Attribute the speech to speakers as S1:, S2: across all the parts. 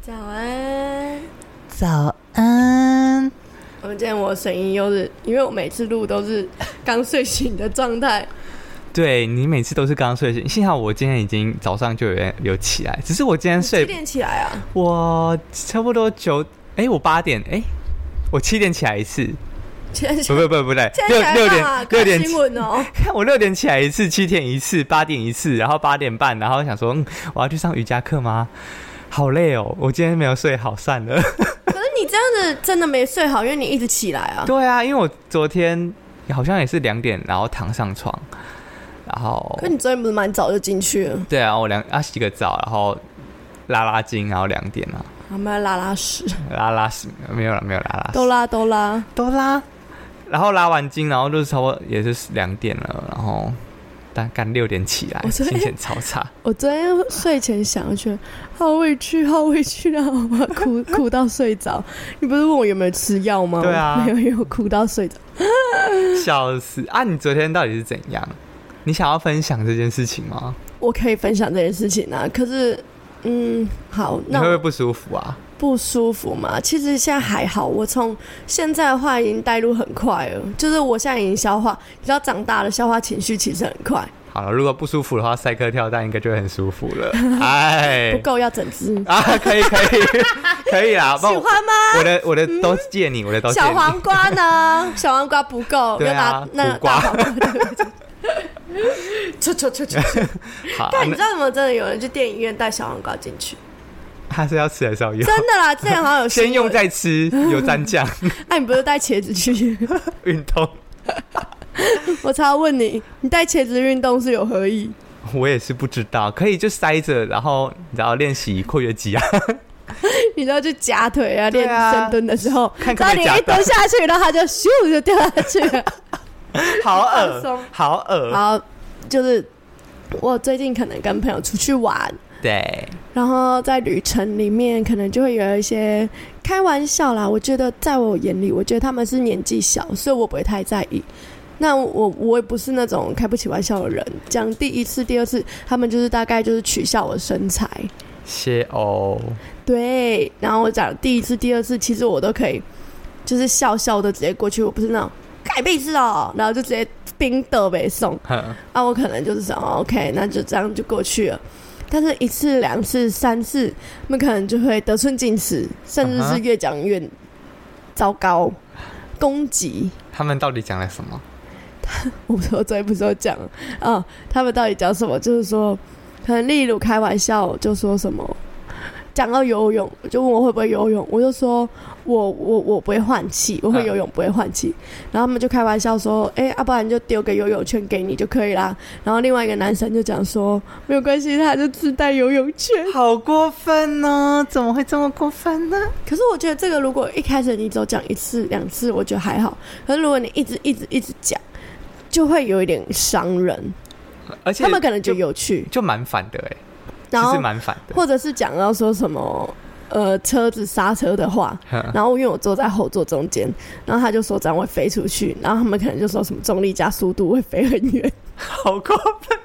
S1: 早安，
S2: 早安，
S1: 我们今天我的声音又是，因为我每次录都是刚睡醒的状态，
S2: 对你每次都是刚睡醒，幸好我今天已经早上就有有起来，只是我今天
S1: 几
S2: 睡，
S1: 点起来啊？
S2: 我差不多九，哎，我八点，哎，我七点起来一次，
S1: 现在
S2: 不不不不对
S1: 现，在起
S2: 六
S1: 来
S2: 六
S1: 干嘛
S2: 点六
S1: 看
S2: 点
S1: 新闻哦，
S2: 看 我六点起来一次，七点一次，八点一次，然后八点半，然后想说，嗯，我要去上瑜伽课吗？好累哦，我今天没有睡好，算了。
S1: 可是你这样子真的没睡好，因为你一直起来啊。
S2: 对啊，因为我昨天好像也是两点，然后躺上床，然后
S1: 可是你昨天不是蛮早就进去了，
S2: 对啊，我两啊洗个澡，然后拉拉筋，然后两点啊，
S1: 我们要拉拉屎，
S2: 拉拉屎没有了，没有拉拉
S1: 都拉都拉，
S2: 都拉，然后拉完筋，然后就是差不多也是两点了，然后大概六点起来，
S1: 我昨
S2: 心
S1: 天
S2: 情超差。
S1: 我昨天睡前想，我觉得好委屈，好委屈，然后我哭哭到睡着。你不是问我有没有吃药吗？
S2: 对啊
S1: 没有，因为我哭到睡着。
S2: 笑死啊！你昨天到底是怎样？你想要分享这件事情吗？
S1: 我可以分享这件事情啊，可是，嗯，好，
S2: 你
S1: 那
S2: 会不会
S1: 我
S2: 不舒服啊？
S1: 不舒服嘛？其实现在还好，我从现在的话已经带入很快了，就是我现在已经消化，你知道长大了消化情绪其实很快，
S2: 好了，如果不舒服的话，赛克跳蛋应该就会很舒服 了。哎
S1: 不，够要整只，喜
S2: 啊，可以可以 可以 啦，帮
S1: 欢
S2: 我
S1: 吗？
S2: 我的我的都借你，我的都借
S1: 小
S2: 你。
S1: 黄瓜 呢？小黄瓜不够，
S2: 对
S1: 要
S2: 啊
S1: 拿那
S2: 苦瓜
S1: 大黄瓜。对不 起戳戳戳戳！
S2: 好，
S1: 但哎你
S2: 那
S1: 知道有没有真的有人去电影院带小黄瓜进 去？
S2: 它是要吃还是要用？
S1: 真的啦，之前好像有新
S2: 先
S1: 闻
S2: 用。再吃，有蘸酱，
S1: 哎，你不是带茄子去？
S2: 运动。
S1: 我才要问你，你带茄子运动是有何意？
S2: 我也是不知道，可以就塞着，然后你知道练习括约 肌啊，
S1: 你知道去夹腿啊，
S2: 对
S1: 练
S2: 啊
S1: 深蹲的时候，
S2: 看
S1: 然
S2: 可
S1: 后
S2: 不可
S1: 你
S2: 以夹
S1: 一
S2: 到
S1: 蹲。下去，然后它就咻就掉下去 了。
S2: 好
S1: 放松
S2: 恶，好恶，
S1: 然后就是我最近可能跟朋友出去玩，
S2: 对，
S1: 然后在旅程里面可能就会有一些开玩笑啦。我觉得在我眼里，我觉得他们是年纪小，所以我不会太在意。那我我也不是那种开不起玩笑的人，讲第一次、第二次，他们就是大概就是取笑我身材，
S2: 谢欧。
S1: 对。然后我讲第一次、第二次，其实我都可以，就是笑笑的直接过去，我不是那种改屁事哦，然后就直接冰的北送。
S2: 哼
S1: 啊，我可能就是想哦 OK，那就这样就过去了。但是一次、两次、三次，那可能就会得寸进尺，甚至
S2: 啊哈
S1: 是越讲越糟糕，攻击。
S2: 他们到底讲了什么？
S1: 我我昨天不是有讲啊、他们到底讲什么？就是说，可能例如开玩笑就说什么，讲到游泳就问我会不会游泳，我就说我我我不会换气，我会游泳不会换气。然后他们就开玩笑说，哎、要、不然就丢个游泳圈给你就可以啦。然后另外一个男生就讲说，没有关系，他就自带游泳圈。
S2: 好过分呢、怎么会这么过分呢？
S1: 可是我觉得这个如果一开始你只有讲一次两次，我觉得还好。可是如果你一直一直一直讲，就会有一点伤人，
S2: 而且
S1: 他们可能觉得
S2: 就
S1: 有趣。
S2: 就蛮反的哎、
S1: 然
S2: 其
S1: 后
S2: 实蛮反的。
S1: 或者是讲到说什么呃车子刹车的话，
S2: 哼
S1: 然后因为我坐在后座中间，然后他就说这样会飞出去，然后他们可能就说什么重力加速度会飞很远，
S2: 好过分，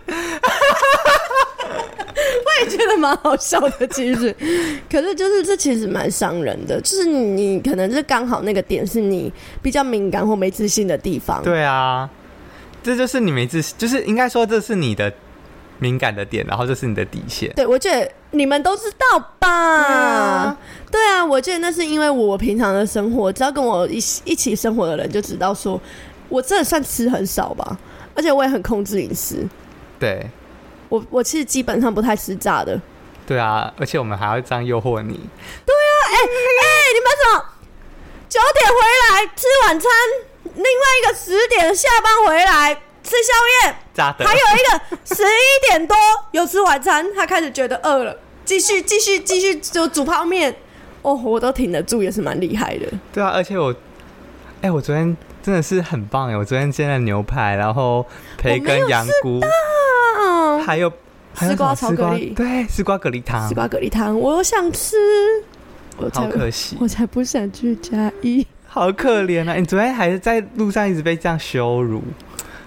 S1: 我哎也觉得蛮好笑的。其实， 可是就是这其实蛮伤人的，就是你你可能是刚好那个点是你比较敏感或没自信的地方，
S2: 对啊，这就是你没自信，就是应该说这是你的敏感的点，然后这是你的底线。
S1: 对，我觉得你们都知道吧？
S2: 对啊
S1: 对啊我觉得那是因为我平常的生活，只要跟我一起一起生活的人就知道说，我真的算吃很少吧，而且我也很控制饮食。
S2: 对
S1: 我我其实基本上不太吃炸的。
S2: 对啊，而且我们还要这样诱惑你，
S1: 啊
S2: 嗯
S1: 哎、你们怎么九点回来吃晚餐，另外一个十点下班回来吃宵夜，
S2: 渣的
S1: 还。有一个十一点多有吃晚餐，他开始觉得饿了，继续继续继续就煮泡面。哦，我都挺得住，也是蛮厉害的。
S2: 对啊，而且我，哎、我昨天真的是很棒哎，我昨天煎了牛排，然后培
S1: 我没有
S2: 根、羊菇，
S1: 嗯，
S2: 还有还有
S1: 丝瓜
S2: 什
S1: 巧
S2: 么丝
S1: 克
S2: 瓜
S1: 力
S2: 对，丝瓜蛤蜊汤
S1: 丝，瓜蛤蜊汤，我又想吃，我
S2: 好
S1: 才
S2: 可惜。
S1: 我才不想去加一。
S2: 好可怜啊！你昨天还在路上一直被这样羞辱，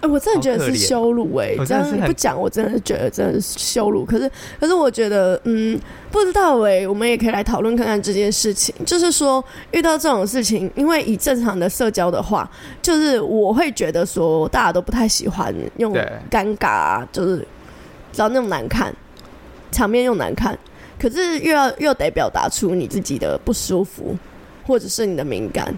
S1: 哎、我真的觉得
S2: 好可
S1: 是
S2: 怜
S1: 羞辱哎、
S2: 我
S1: 这
S2: 真的是
S1: 样你
S2: 很
S1: 不讲，我真的觉得真的是羞辱。可是，可是我觉得，嗯，不知道哎、我们也可以来讨论看看这件事情。就是说，遇到这种事情，因为以正常的社交的话，就是我会觉得说，大家都不太喜欢用
S2: 对
S1: 尴尬、啊，就是只要那种难看，场面又难看，可是又要又得表达出你自己的不舒服，或者是你的敏感。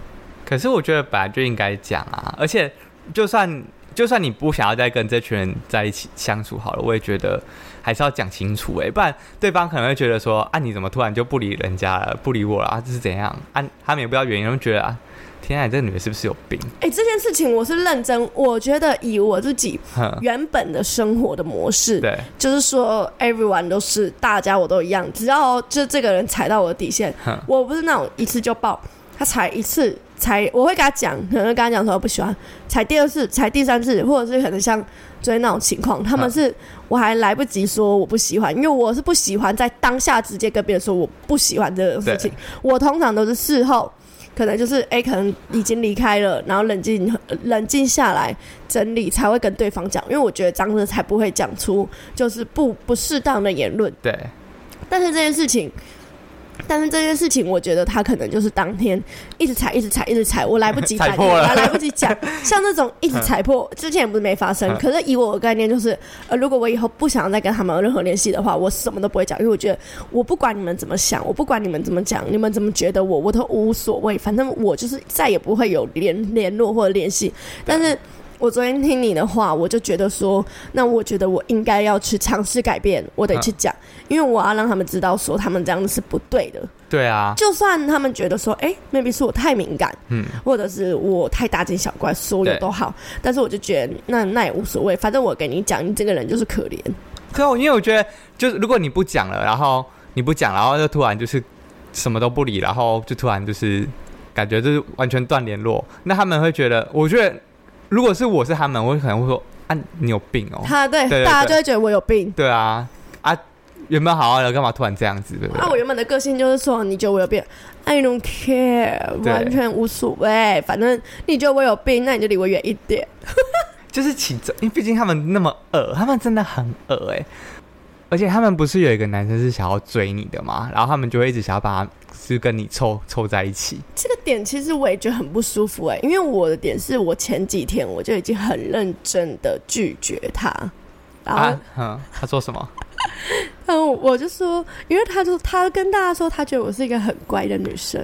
S2: 可是我觉得本来就应该讲啊，而且就算就算你不想要再跟这群人在一起相处好了，我也觉得还是要讲清楚哎、不然对方可能会觉得说啊你怎么突然就不理人家了，不理我了啊这是怎样啊？他们也不知道原因，他们觉得啊天啊你这女的是不是有病？
S1: 哎、这件事情我是认真，我觉得以我自己
S2: 哼，
S1: 原本的生活的模式，
S2: 对
S1: 就是说 everyone 都是大家我都一样，只要就这个人踩到我的底线
S2: 哼，
S1: 我不是那种一次就爆，他踩一次踩，我会跟他讲，可能会跟他讲说我不喜欢，踩第二次，踩第三次，或者是可能像追那种情况，他们
S2: 嗯
S1: 是我还来不及说我不喜欢，因为我是不喜欢在当下直接跟别人说我不喜欢这个事情，我通常都是事后。可能就是哎、可能已经离开了，然后冷静冷静下来整理才会跟对方讲，因为我觉得这样子才不会讲出就是不不适当的言论。
S2: 对，
S1: 但是这件事情，但是这件事情，我觉得他可能就是当天一直踩，一直踩，一直踩，我来不及
S2: 踩
S1: 反应
S2: 破了
S1: 我来不及 讲。像那种一直踩破，之前也不是没发生
S2: 嗯。
S1: 可是以我的概念，就是呃，如果我以后不想再跟他们有任何联系的话，我什么都不会讲，因为我觉得我不管你们怎么想，我不管你们怎么讲，你们怎么觉得我，我都无所谓，反正我就是再也不会有联联络或者联系。但是。我昨天听你的话，我就觉得说，那我觉得我应该要去尝试改变，我
S2: 嗯
S1: 得去讲。因为我要让他们知道说他们这样子是不对的。
S2: 对啊，
S1: 就算他们觉得说，哎、m a y b e 是我太敏感，
S2: 嗯，
S1: 或者是我太大惊小怪，所有
S2: 对
S1: 都好，但是我就觉得那那也无所谓，反正我跟你讲，你这个人就是可怜。
S2: 可我因为我觉得，就是如果你不讲了，然后你不讲，然后就突然就是什么都不理，然后就突然就是感觉就是完全断联络，那他们会觉得，我觉得如果是我是他们，我可能会说啊，你有病哦、
S1: 他对
S2: 对对
S1: 大家
S2: 对
S1: 就会觉得我有病。
S2: 对啊，啊，原本好好的，干嘛突然这样子，对啊不对？
S1: 那、啊我原本的个性就是说，你觉得我有病，I don't care，
S2: 对
S1: 完全无所谓，反正你觉得我有病，那你就离我远一点。
S2: 就是起这，因为毕竟他们那么恶，他们真的很恶哎、而且他们不是有一个男生是想要追你的嘛，然后他们就会一直想要把他就是跟你凑凑在一起，
S1: 这个点其实我也觉得很不舒服哎、因为我的点是我前几天我就已经很认真的拒绝他，然后
S2: 啊，嗯，他说什么？
S1: 然后嗯我就说，因为他就他跟大家说，他觉得我是一个很乖的女生，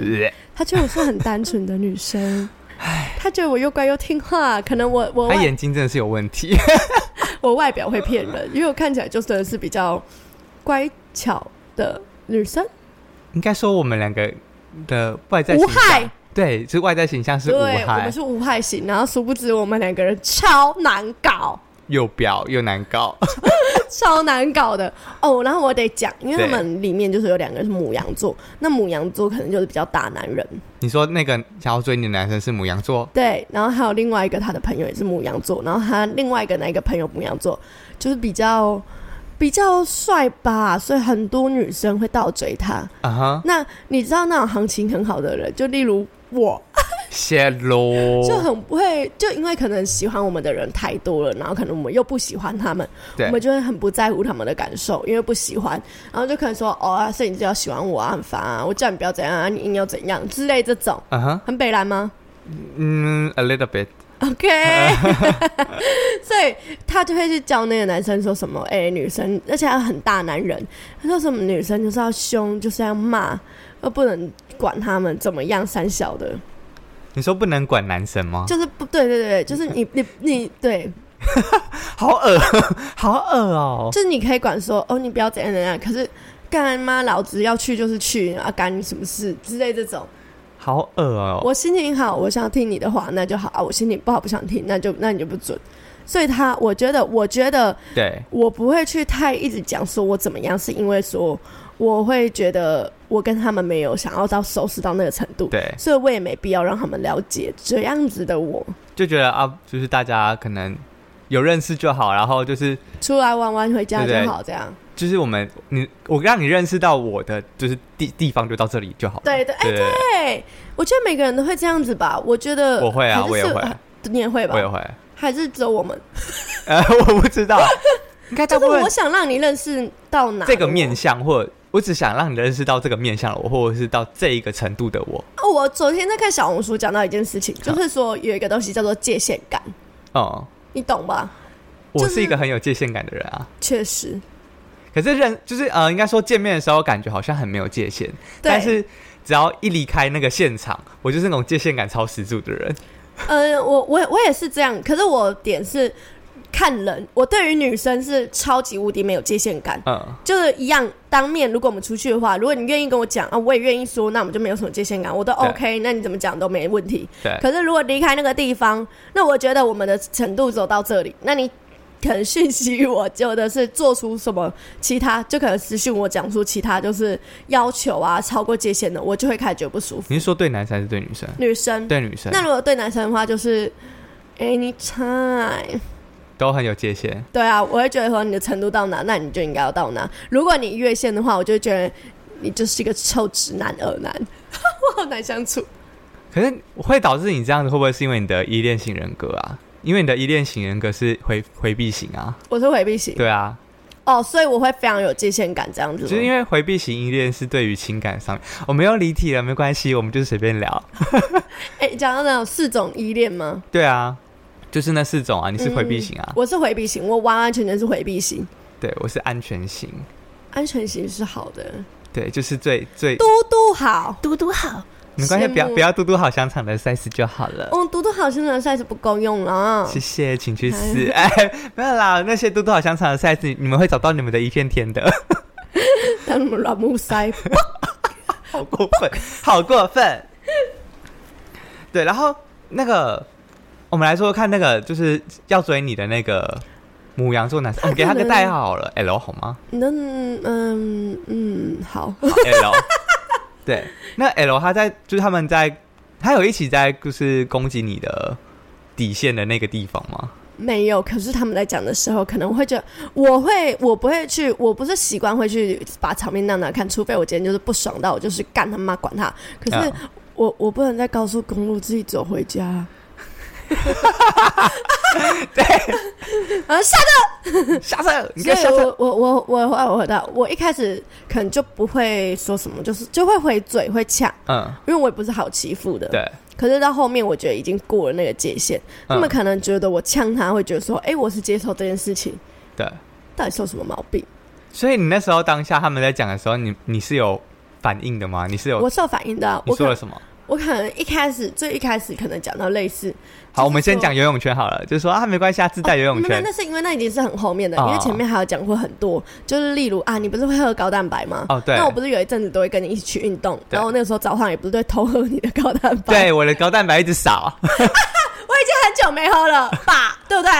S1: 他觉得我是很单纯的女生， 他觉得我又乖又听话。可能我我
S2: 他
S1: 外
S2: 眼睛真的是有问题，
S1: 我外表会骗人，因为我看起来就真的是比较乖巧的女生，
S2: 应该说我们两个的外在
S1: 无
S2: 形象
S1: 害，
S2: 对，就是外在形象是无
S1: 对，我
S2: 害
S1: 们，是无害型。然后殊不知我们两个人超难搞。
S2: 又表又难搞，
S1: 超难搞的哦。然后我得讲，因为他
S2: 对
S1: 们里面就是有两个是母羊座，那母羊座可能就是比较大男人，
S2: 你说那个想要追你的男生是母羊座，
S1: 对。然后还有另外一个他的朋友也是母羊座，然后他另外一个那一个朋友母羊座就是比较比较帅吧，所以很多女生会倒追他。
S2: 啊哈，
S1: 那你知道那种行情很好的人，就例如我，
S2: 谢喽，
S1: 就很不会，就因为可能喜欢我们的人太多了，然后可能我们又不喜欢他们，
S2: 对
S1: 我们就会很不在乎他们的感受，因为不喜欢，然后就可能说哦，啊所以你就要喜欢我啊，很烦啊，我叫你不要怎样啊，你硬要怎样之类这种，
S2: 啊哈，
S1: 很北蓝吗
S2: 嗯，a little bit，
S1: ？OK，所以他就会去教那个男生说什么，哎、女生，而且他很大男人，他说什么女生就是要凶，就是要骂，而不能管他们怎么样，三小的，
S2: 你说不能管男生吗？
S1: 就是不对，对对，对就是你你你对。
S2: 好恶， 好恶哦，
S1: 就是你可以管说哦，你不要怎样怎样，可是干妈老子要去就是去啊，干你什么事之类这种。
S2: 好恶哦，
S1: 我心情好，我想听你的话，那就好啊；我心情不好，不想听，那就那你就不准。所以他，我觉得，我觉得
S2: 对，
S1: 我不会去太一直讲说我怎么样，是因为说我会觉得我跟他们没有想要到熟识到那个程度，
S2: 对，
S1: 所以我也没必要让他们了解这样子的我。
S2: 就觉得啊，就是大家可能有认识就好，然后就是
S1: 出来玩玩回家就
S2: 对对
S1: 好，这样。
S2: 就是我们你我让你认识到我的就是地地方就到这里就好了，
S1: 对对，哎、
S2: 对对
S1: 对，我觉得每个人都会这样子吧。我觉得
S2: 我会啊
S1: 还是
S2: 我也
S1: 是
S2: 会
S1: 呃你也会吧
S2: 我？也会，
S1: 还是只有我们？
S2: 呃，我不知道， 应该大
S1: 就是
S2: 部分
S1: 我想让你认识到哪
S2: 这个面相，或我只想让你认识到这个面相的我，或者是到这一个程度的我。
S1: 哦，我昨天在看小红书讲到一件事情，
S2: 好
S1: 就是说有一个东西叫做界限感，
S2: 哦、
S1: 你懂吧？
S2: 我
S1: 就是
S2: 是一个很有界限感的人啊。
S1: 确实，
S2: 可是认就是呃，应该说见面的时候感觉好像很没有界限，
S1: 对
S2: 但是只要一离开那个现场，我就是那种界限感超十足的人。
S1: 呃，我我我也是这样，可是我点是看人，我对于女生是超级无敌没有界限感，
S2: 嗯，
S1: 就是一样当面，如果我们出去的话，如果你愿意跟我讲啊，我也愿意说，那我们就没有什么界限感，我都
S2: 对
S1: OK，那你怎么讲都没问题。
S2: 对，
S1: 可是如果离开那个地方，那我觉得我们的程度走到这里，那你可能讯息于我，就的是做出什么其他，就可能私讯我讲出其他就是要求啊，超过界限的，我就会开始觉得不舒服。
S2: 你是说对男生还是对女生？
S1: 女生，
S2: 对女
S1: 嗯
S2: 生
S1: 那如果对男生的话，就是哎 anytime，
S2: 都很有界限。
S1: 哎对啊，我会觉得说你的程度到哪，那你就应该要到哪。如果你越线的话，我就会觉得你就是一个臭直男、恶男，我好难相处。
S2: 可是会导致你这样子，会不会是因为你的依恋型人格啊？因为你的依恋型人格是回回避型啊，
S1: 我是回避型
S2: 对啊，
S1: 哦，所以我会非常有界限感，这样子吗。
S2: 就是因为回避型依恋是对于情感上面，我们要离题了，没关系，我们就是随便聊。
S1: 哎、讲到那种四种依恋吗？嗯
S2: 对啊，就是那四种啊，你是回避型啊，
S1: 我是回避型，我完完全全是回避型，
S2: 对我是安全型，
S1: 安全型是好的。
S2: 对，就是最最
S1: 嘟嘟好，嘟嘟好，
S2: 没关系，
S1: 羡慕
S2: 不要不要嘟嘟好香肠的 size 就好了。
S1: 嗯，嘟嘟好现在的 size 不够用了。
S2: 谢谢，请去死！哎，没有啦，那些嘟嘟好香肠的 size，你们会找到你们的一片天的，
S1: 像什么软木塞，
S2: 好过分，好过分。对，然后那个，我们来说说看那个就是要追你的那个母羊座男生，我们给他个代号好了，L 好吗
S1: 那嗯嗯好，
S2: ？L，对，那 L 他在就是他们在他有一起在就是攻击你的底线的那个地方吗？
S1: 没有。可是他们在讲的时候，可能会觉得我会，我不会去，我不是习惯会去把场面让哪看，除非我今天就是不爽到我就是干他妈管他。可是
S2: 嗯
S1: 我我不能在高速公路自己走回 家。 对，然后啊下
S2: 下车，你
S1: 所
S2: 给我下
S1: 以
S2: 车。
S1: 我我我我我我的我一开始可能就不会说什么，就是就会回嘴会呛，
S2: 嗯，
S1: 因为我也不是好欺负的。。
S2: 对，
S1: 可是到后面，我觉得已经过了那个界限，他们
S2: 嗯，
S1: 可能觉得我呛他会觉得说，哎、我是接受这件事情，
S2: 对。
S1: 到底受什么毛病？
S2: 所以你那时候当下他们在讲的时候，你你是有反应的吗？你是有
S1: 我受反应的啊、
S2: 你
S1: 我可
S2: 说了
S1: 能
S2: 什么？
S1: 我可能一开始最一开始可能讲到类似，
S2: 好，我们先
S1: 说
S2: 讲游泳圈好了，就是说啊，没关系，啊，自带游泳
S1: 没有没有
S2: 圈
S1: 那是因为那已经是很后面的，
S2: 哦
S1: 因为前面还有讲过很多，就是例如啊，你不是会喝高蛋白吗？
S2: 哦，对
S1: 那，我不是有一阵子都会跟你一起去运动，
S2: 对
S1: 然后那个时候早上也不是会偷喝你的高蛋白，
S2: 对，我的高蛋白一直少，
S1: 很久没喝了吧， 对不对？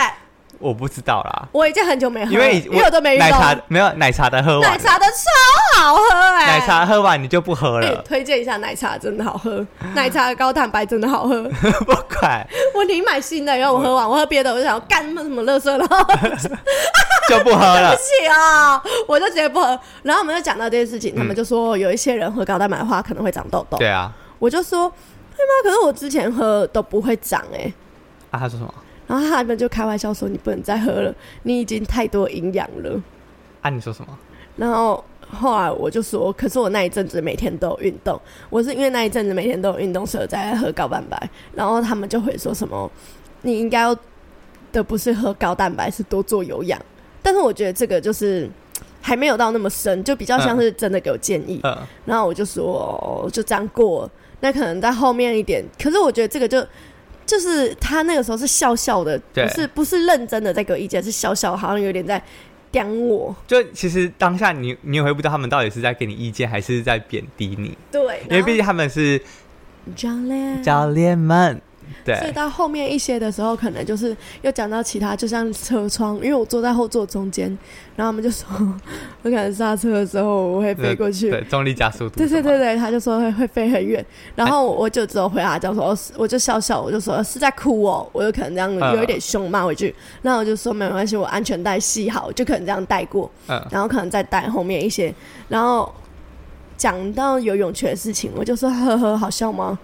S2: 我不知道 啦，
S1: 我已经很久没喝了，
S2: 因为已
S1: 因为我都没遇到
S2: 奶茶没有奶茶的喝
S1: 奶
S2: 完，
S1: 茶的超好喝哎、
S2: 奶茶喝完你就不喝
S1: 哎、
S2: 了，
S1: 推荐一下奶茶，真的好喝，奶茶的高蛋白真的好喝。
S2: 不管
S1: 我宁买新的，然后我喝完，我喝别的，我就想要干什么什么乐色，然后 对
S2: 就不喝
S1: 不
S2: 了，
S1: 起啊，我就直接不喝。然后我们就讲到这件事情，他们就说有一些人喝高蛋白的话可能会长痘痘，
S2: 对啊，
S1: 我就说对吗？可是我之前喝都不会长哎、
S2: 啊，他说什么？
S1: 然后他们就开玩笑说：“你不能再喝了，你已经太多营养了。”
S2: 啊，你说什么？
S1: 然后后来我就说，可是我那一阵子每天都有运动，我是因为那一阵子每天都有运动，所以我在喝高蛋白。然后他们就会说什么，你应该要的不是喝高蛋白，是多做有氧。但是我觉得这个就是还没有到那么深，就比较像是真的给我建议。
S2: 嗯，
S1: 然后我就说、哦就这样过了。那可能在后面一点，可是我觉得这个就就是他那个时候是笑笑的，
S2: 对
S1: 不是不是认真的在给我意见，是笑笑，好像有点在刁我。
S2: 就其实当下你你也会不知道他们到底是在给你意见还是在贬低你，
S1: 对，
S2: 因为
S1: 然后
S2: 毕竟他们是
S1: 教练，
S2: 教练们，
S1: 所以
S2: 对，
S1: 到后面一些的时候，可能就是又讲到其他，就像车窗，因为我坐在后座中间，然后我们就说，我可能刹车的时候我会飞过去，
S2: 对，重力加速度，
S1: 对对对，对，他就说会会飞很远，然后我就只有回答讲说，哦是我就笑笑，我就说是在哭哦，我有可能这样
S2: 嗯
S1: 有一点凶骂回去，然后我就说没关系，我安全带系好，就可能这样带过，
S2: 嗯，
S1: 然后可能再带后面一些，然后哦讲到游泳圈的事情，我就说呵呵，好笑吗？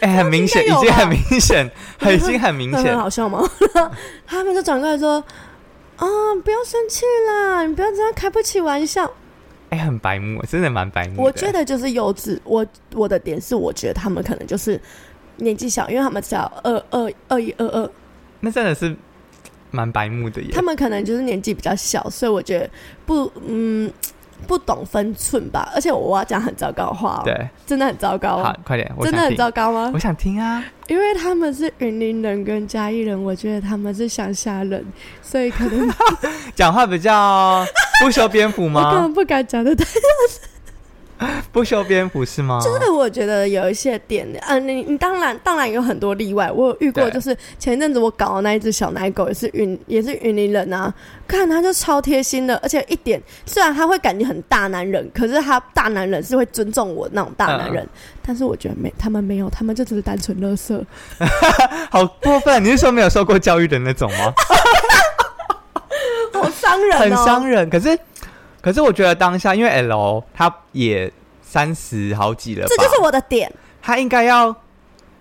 S2: 哎、很明显，
S1: 应该
S2: 已
S1: 有
S2: 经
S1: 吧
S2: 很明 显，很已经很明
S1: 那
S2: 显
S1: 很。好笑吗？ 然后他们就转过来说：“啊、不要生气啦，你不要这样开不起玩笑。
S2: 哎、很白目，真的蛮白目的。
S1: 我觉得就是幼稚。我我的点是，我觉得他们可能就是年纪小，因为他们只要二二二一二二，
S2: 那真的是蛮白目的耶。
S1: 他们可能就是年纪比较小，所以我觉得不嗯不懂分寸吧。而且我要讲很糟糕的话、哦，
S2: 对，
S1: 真的很糟糕、
S2: 好
S1: 哦，，
S2: 快点，我
S1: 真的
S2: 想
S1: 很
S2: 听，
S1: 糟糕吗
S2: 我？想听啊。
S1: 因为他们是云林人跟嘉义人，我觉得他们是乡下人，所以可 能我
S2: 讲话比较不修边幅
S1: 根
S2: 吗？
S1: 本不敢讲的太。
S2: 不修边幅是吗？
S1: 就是我觉得有一些点，嗯、你你当然当然有很多例外，我有遇过，
S2: 对
S1: 就是前一阵子我搞的那一只小奶狗也是云也是云林人啊，看它就超贴心的，而且一点虽然它会感觉很大男人，可是它大男人是会尊重我那种大男人，但是我觉得没他们没有，他们就只是单纯乐色，
S2: 好过分！你是说没有受过教育的那种 吗？
S1: 好伤人、哦，
S2: 很伤人。可是，可是我觉得当下，因为 L 他也三十好几了吧，
S1: 这就是我的点。
S2: 他应该要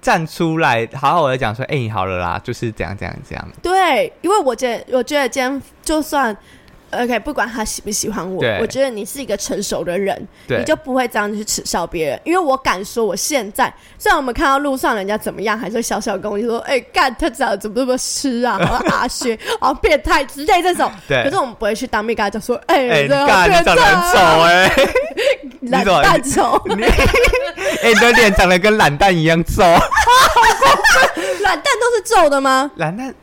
S2: 站出来，好好的讲说：“哎、你好了啦，就是这样这样这样。
S1: 对，因为我觉得，我觉得今天就算 OK，不管他喜不喜欢我
S2: 对，
S1: 我觉得你是一个成熟的人，
S2: 对
S1: 你就不会这样去耻笑别人。因为我敢说，我现在虽然我们看到路上人家怎么样，还是会小小跟我说：“哎、干他长得怎么那么湿 啊，好像阿薛，好像变态之类这种。”
S2: 对
S1: 可是我们不会去当面跟他讲说：“哎、
S2: 哎、
S1: 你这
S2: 你
S1: 个
S2: 干，
S1: 变
S2: 你长得很
S1: 态啊
S2: 丑哎、
S1: 懒
S2: 你怎么
S1: 蛋 丑，
S2: 你哎、你的脸长得跟懒蛋一样皱，
S1: 懒蛋都是皱的吗？”
S2: 懒蛋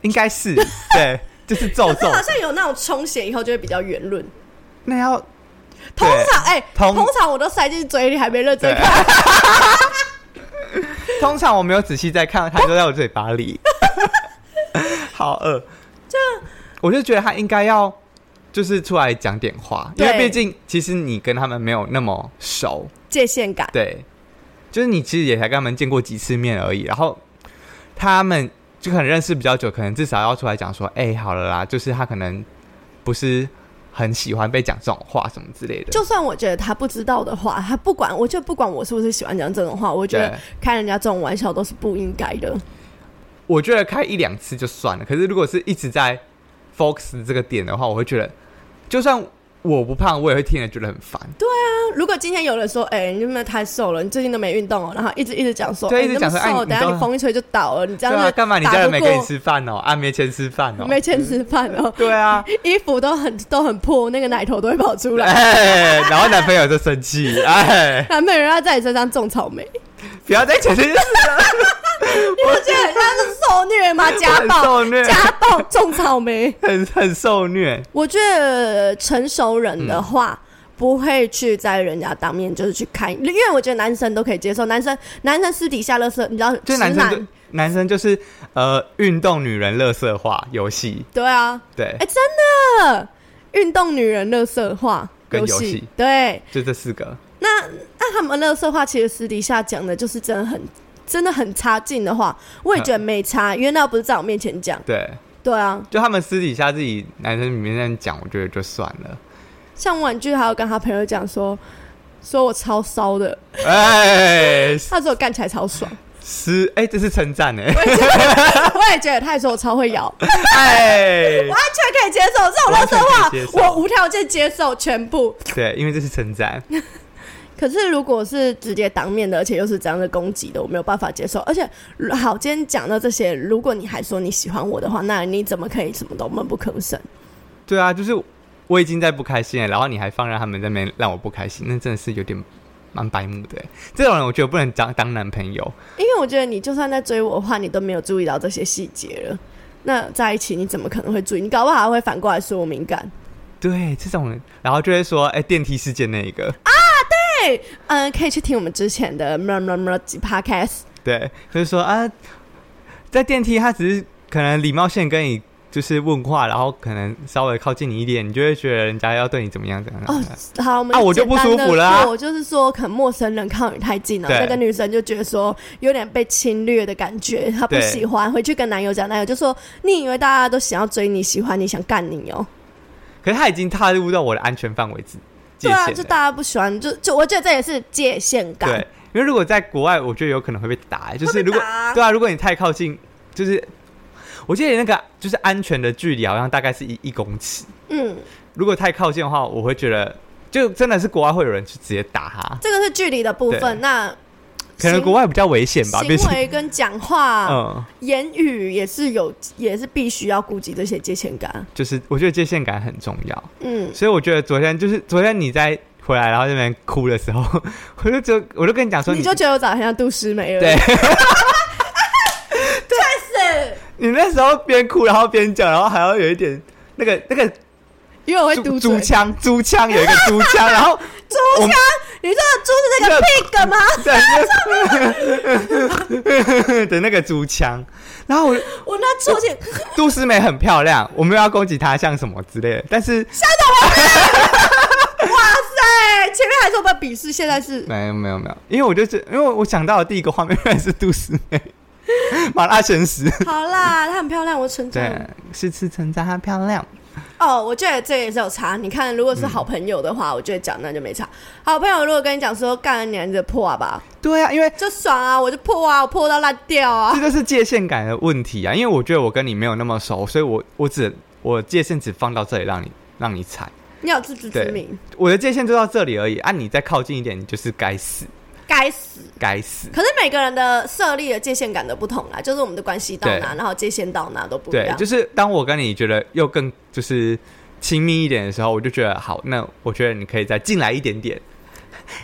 S2: 应该是对，就是皱皱
S1: 好。像有那种充血以后就会比较圆润。
S2: 那要
S1: 通常，哎、
S2: 通
S1: 通常我都塞进嘴里，还没认真
S2: 对
S1: 看。。
S2: 通常我没有仔细在看，它都在我嘴巴里。 好饿，这我就觉得他应该要就是出来讲点话，因为
S1: 对
S2: 毕竟其实你跟他们没有那么熟，
S1: 界限感。
S2: 对，就是你其实也才跟他们见过几次面而已，然后他们就可能认识比较久，可能至少要出来讲说，哎、好了啦，就是他可能不是很喜欢被讲这种话什么之类的，
S1: 就算我觉得他不知道的话，他不管，我就不管我是不是喜欢讲这种话，我觉得
S2: 对
S1: 开人家这种玩笑都是不应该的。
S2: 我觉得开一两次就算了，可是如果是一直在 focus 这个点的话，我会觉得，就算我不胖，我也会听着觉得很烦。
S1: 那如果今天有人说，哎、你有没有太瘦了？你最近都没运动哦，然后一直一直讲说，
S2: 对
S1: 哎
S2: 一直讲
S1: 你
S2: 说
S1: 那么
S2: 哎
S1: 瘦，
S2: 你
S1: 等下
S2: 都
S1: 你风一吹就倒了，你这
S2: 对
S1: 样
S2: 啊，
S1: 子
S2: 干嘛你
S1: 打
S2: 家人
S1: 不
S2: 没
S1: 过
S2: 给你吃饭哦？啊，没钱吃饭哦？
S1: 没钱吃饭哦，
S2: 对啊，
S1: 衣服都很都很破，那个奶头都会跑出来。
S2: 哎，然后男朋友就生气，哎，
S1: 男朋友要在你身上种草莓，
S2: 不要再讲这件事，
S1: 你不觉得很像是受虐吗？家
S2: 很
S1: 暴，
S2: 受虐，
S1: 家暴种草莓。
S2: 很很受虐。
S1: 我觉得成熟人的话。不会去在人家当面就是去看，因为我觉得男生都可以接受，男生男生私底下乐色，你知道，
S2: 就
S1: 直
S2: 男生就
S1: 男
S2: 男生就是呃，运动女人乐色化游戏，
S1: 对啊，
S2: 对
S1: 哎、，真的，运动女人乐色化
S2: 跟
S1: 游
S2: 游戏
S1: 戏，对，
S2: 就这四个，
S1: 那那他们乐色话其实私底下讲的就是真的很真的很差劲的话，我也觉得没差，因为那不是在我面前讲，
S2: 对，
S1: 对啊，
S2: 就他们私底下自己男生里面在讲，我觉得就算了。
S1: 像婉拒还有跟他朋友讲说，说我超骚的，
S2: 哎，
S1: 他说我干起来超爽，
S2: 是哎，这是称赞哎，
S1: 我也觉得他也说我超会摇。
S2: 哎
S1: 完，全可以接受这种垃
S2: 完全可以
S1: 圾
S2: 接受
S1: 话，我无条件接受全部。
S2: 对，因为这是称赞，
S1: 可是如果是直接当面的，而且又是这样的攻击的，我没有办法接受。而且好，今天讲到这些，如果你还说你喜欢我的话，那你怎么可以什么都闷不吭声？
S2: 对啊，就是我已经在不开心了，然后你还放任他们在那边让我不开心，那真的是有点蛮白目的哎。这种人我觉得不能当当男朋友，
S1: 因为我觉得你就算在追我的话，你都没有注意到这些细节了。那在一起你怎么可能会注意？你搞不好还会反过来说我敏感。
S2: 对这种人，然后就会说哎，电梯事件那一个，
S1: 嗯，可以去听我们之前的么么么几 podcast。
S2: 对，就是说啊，在电梯他只是可能礼貌性跟你。就是问话，然后可能稍微靠近你一点，你就会觉得人家要对你怎么样怎么样。怎么
S1: 哦
S2: 样，
S1: 好，我们
S2: 啊我就不舒服了啊
S1: 我就是说，可能陌生人靠你太近了，
S2: 对
S1: 那个女生就觉得说有点被侵略的感觉，她不
S2: 对
S1: 喜欢，回去跟男友讲，男友就说：“你以为大家都想要追你，喜欢你，想干你哦、
S2: 可是他已经踏入到我的安全范围之界
S1: 对
S2: 限
S1: 啊，
S2: 了。
S1: 就大家不喜欢，就就我觉得这也是界限感
S2: 对。因为如果在国外，我觉得有可能会被打、欸就是如果
S1: 会被打啊
S2: 对啊，如果你太靠近，就是我记得那个就是安全的距离好像大概是一一公尺，
S3: 嗯，
S2: 如果太靠近的话，我会觉得就真的是国外会有人去直接打他，
S1: 这个是距离的部
S2: 对
S1: 分，那
S2: 可能
S1: 行
S2: 国外比较危险吧，毕
S1: 行
S2: 竟
S1: 为啊跟讲话、
S2: 嗯，
S1: 言语也是有，也是必须要顾及这些界限感。
S2: 就是我觉得界限感很重要，
S1: 嗯，
S2: 所以我觉得昨天就是昨天你在回来然后那边哭的时候， 我就就我就跟你讲说
S1: 你就觉得我长得很像杜诗梅了，
S2: 对，
S1: 是
S2: 你那时候边哭然后边讲，然后还要有一点那个那个
S3: 因为我会
S2: 猪
S3: 嘟
S2: 猪
S3: 嘴，
S2: 腔猪腔有一个猪腔，然后
S1: 猪
S2: 我
S1: 腔，你说的猪是那个 pig 吗？
S2: 对那个 的那个猪腔，然后我
S1: 我那出现，
S2: 杜思梅很漂亮，我没有要攻击她像什么之类的，但是
S1: 哇塞，前面还说我们鄙视，现在是
S2: 没有没有没有，因为我就是因为我想到的第一个画面 原来是杜思梅，麻辣鲜食，
S1: 好啦，她很漂亮，我称
S2: 对
S1: 赞。，
S2: 是次称赞她漂亮，
S1: 哦，我觉得这个也是有差。你看，如果是
S2: 嗯
S1: 好朋友的话，我觉得讲那就没差。好朋友如果跟你讲说干你啊你的破啊吧，
S2: 对啊，因为。
S1: 就爽啊，我就破啊，我破到烂掉啊
S2: 这。就是界限感的问题啊，因为我觉得我跟你没有那么熟，所以我我只我界限只放到这里让你让你踩，
S1: 你有自知之明，
S2: 我的界限就到这里而已。啊，你再靠近一点，你就是该死，
S1: 该死。
S2: 该死。
S1: 可是每个人的设立的界限感都不同啦，啊就是我们的关系到哪，
S2: 对
S1: 然后界限到哪都不一
S2: 对
S1: 样，。
S2: 就是当我跟你觉得又更就是亲密一点的时候，我就觉得好，那我觉得你可以再进来一 点 点，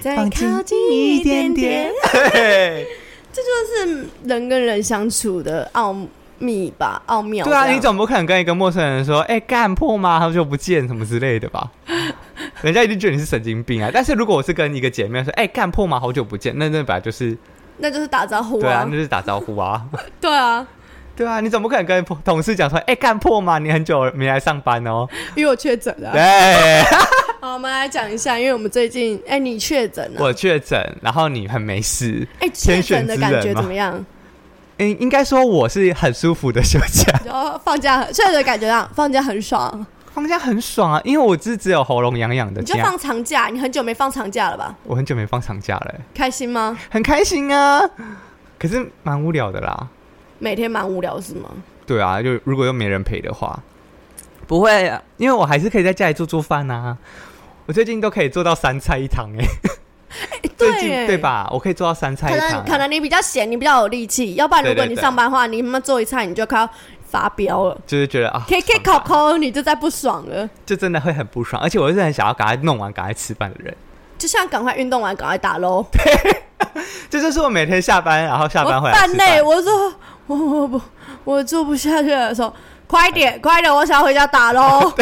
S1: 再靠近一点点，
S2: 对，
S1: 就是
S3: 人跟人相处的
S1: 奥秘吧，奥妙这
S2: 对
S1: 样。
S2: 啊，你总不可能跟一个陌生人说，哎、干破吗？好久不见什么之类的 吧？人家一定觉得你是神经病啊。但是如果我是跟一个姐妹说，哎、干破吗？好久不见，那那本来就是
S1: 那就是打招呼
S2: 对啊
S1: 啊，
S2: 那，就是打招呼啊。
S1: 对啊，
S2: 对啊，你总不可能跟同事讲说，哎、干破吗？你很久没来上班 哦。哎
S3: 因为我确诊了啊、
S2: 对，
S3: 好，我们来讲一下，因为我们最近，哎、你确诊了，
S2: 我确诊，然后你很没事。
S1: 哎，确
S2: 天选
S1: 诊
S2: 之
S1: 的
S2: 人
S1: 感觉
S2: 嘛
S1: 怎么样？
S2: 嗯，应该说我是很舒服的休 假，
S3: 然后放假很，确诊的感觉啊，放假很爽，
S2: 放假很爽啊，因为我是只有喉咙痒痒的
S1: 你
S2: 这
S1: 就
S2: 样。
S1: 放长假，你很久没放长假了吧？
S2: 我很久没放长假了、欸
S1: 开心吗？
S2: 很开心啊，可是蛮无聊的啦。
S1: 每天蛮无聊是吗？
S2: 对啊，就如果又没人陪的话，不会、啊，因为我还是可以在家里做做饭啊。我最近都可以做到三菜一汤哎、 最近
S1: 耶
S2: 对吧？我可以做到三菜
S1: 可
S2: 一汤、
S1: 能可能你比较闲，你比较有力气，要不然如果
S2: 对对
S1: 你
S2: 对
S1: 上班的话，你他妈做一菜你就快要发飙了
S2: 就是觉得啊，
S1: ，K K
S2: 爽
S1: 考
S2: 啊
S1: 考你就在不爽了，
S2: 就真的会很不爽，而且我是很想要赶快弄完、赶快吃饭的人。
S1: 就像赶快运动完，赶快打喽。
S2: 这就是我每天下班，然后下班回
S1: 我欸
S2: 来
S1: 犯
S2: 吃
S1: 累，
S2: 饭。
S1: 我说我我不我做不下去了，说快
S2: 哎
S1: 点快点，我想回家打喽，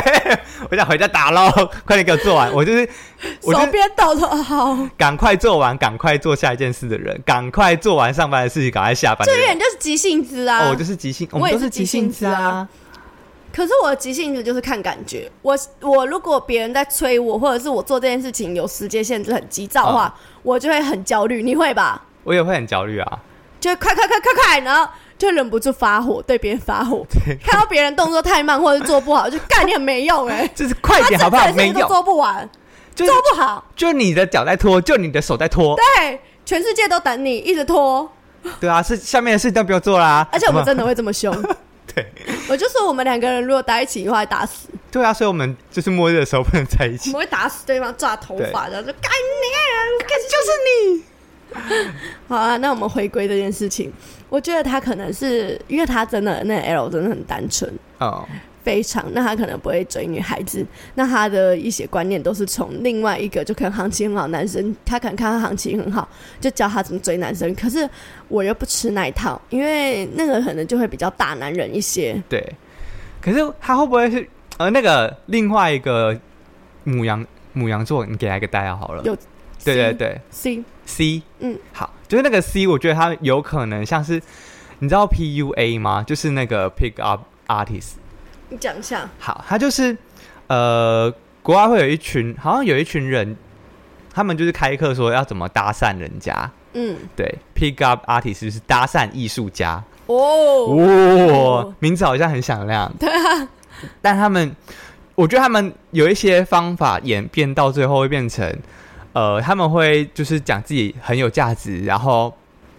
S2: 我想回家打喽， 快点给我做 完。我就是， 我就
S1: 手
S2: 是
S1: 边抖的好，
S2: 赶快做完，赶快做下一件事的人，赶快做完上班的事情，赶快下班的
S1: 这有
S2: 人。
S1: 点就是急性子
S2: 哦，
S1: 啊
S2: 我。就是急性，
S1: 我
S2: 们
S1: 也
S2: 都
S1: 是
S2: 急
S1: 急性
S2: 子
S1: 子啊。可是我的急性子就是看感觉，我我如果别人在催我，或者是我做这件事情有时间限制很急躁的
S2: 啊
S1: 话，我就会很焦虑，你会吧？
S2: 我也会很焦虑啊。，
S1: 就快快快快快，然后就忍不住发火，对别人发火。看到别人动作太慢或者做不好，就干你很没用哎、欸
S2: 就是 快点好不
S1: 他
S2: 好？
S1: 这辈子
S2: 没
S1: 都
S2: 有，
S1: 做不完，
S2: 就是
S1: 做不好，
S2: 就你的脚在拖，就你的手在拖。
S1: 对，全世界都等你，一直拖。
S2: 对啊，是下面的事情都不要做啦。
S1: 而且我们
S2: 好
S1: 真的会这么凶，
S2: 不好对
S1: 我就说我们两个人如果待一起的话，会打死，
S2: 对啊，所以我们就是末日的时候不能在一
S1: 我
S2: 起。
S1: 们会打死对方，抓头发，然后就干你、啊，干
S2: 就是你，
S1: 好啊，那我们回归这件事情，我觉得他可能是因为他真的那 L 真的很单纯，
S2: 哦，
S1: 非常，那他可能不会追女孩子，那他的一些观念都是从另外一个就可能行情很好男生，他可能看他行情很好，就教他怎么追男生。可是我又不吃那一套，因为那个可能就会比较大男人一些。
S2: 对。可是他会不会是呃那个另外一个母羊母羊座？你给他一个代号好了。
S1: 有
S2: 对对对
S1: C
S2: ，C，
S1: 嗯，
S2: 好，就是那个 C，我觉得他有可能像是你知道 PUA 吗？就是那个 Pick Up Artist。
S1: 你讲一下，
S2: 好，他就是呃，国外会有一群，好像有一群人，他们就是开课说要怎么搭讪人家。
S1: 嗯，
S2: 对，pick up artist 就是搭讪艺术家，哇、
S1: 哦，
S2: 名字好像很响亮。对啊，但他们，我觉得他们有一些方法演变到最后会变成，呃，他们会就是讲自己很有价值，然后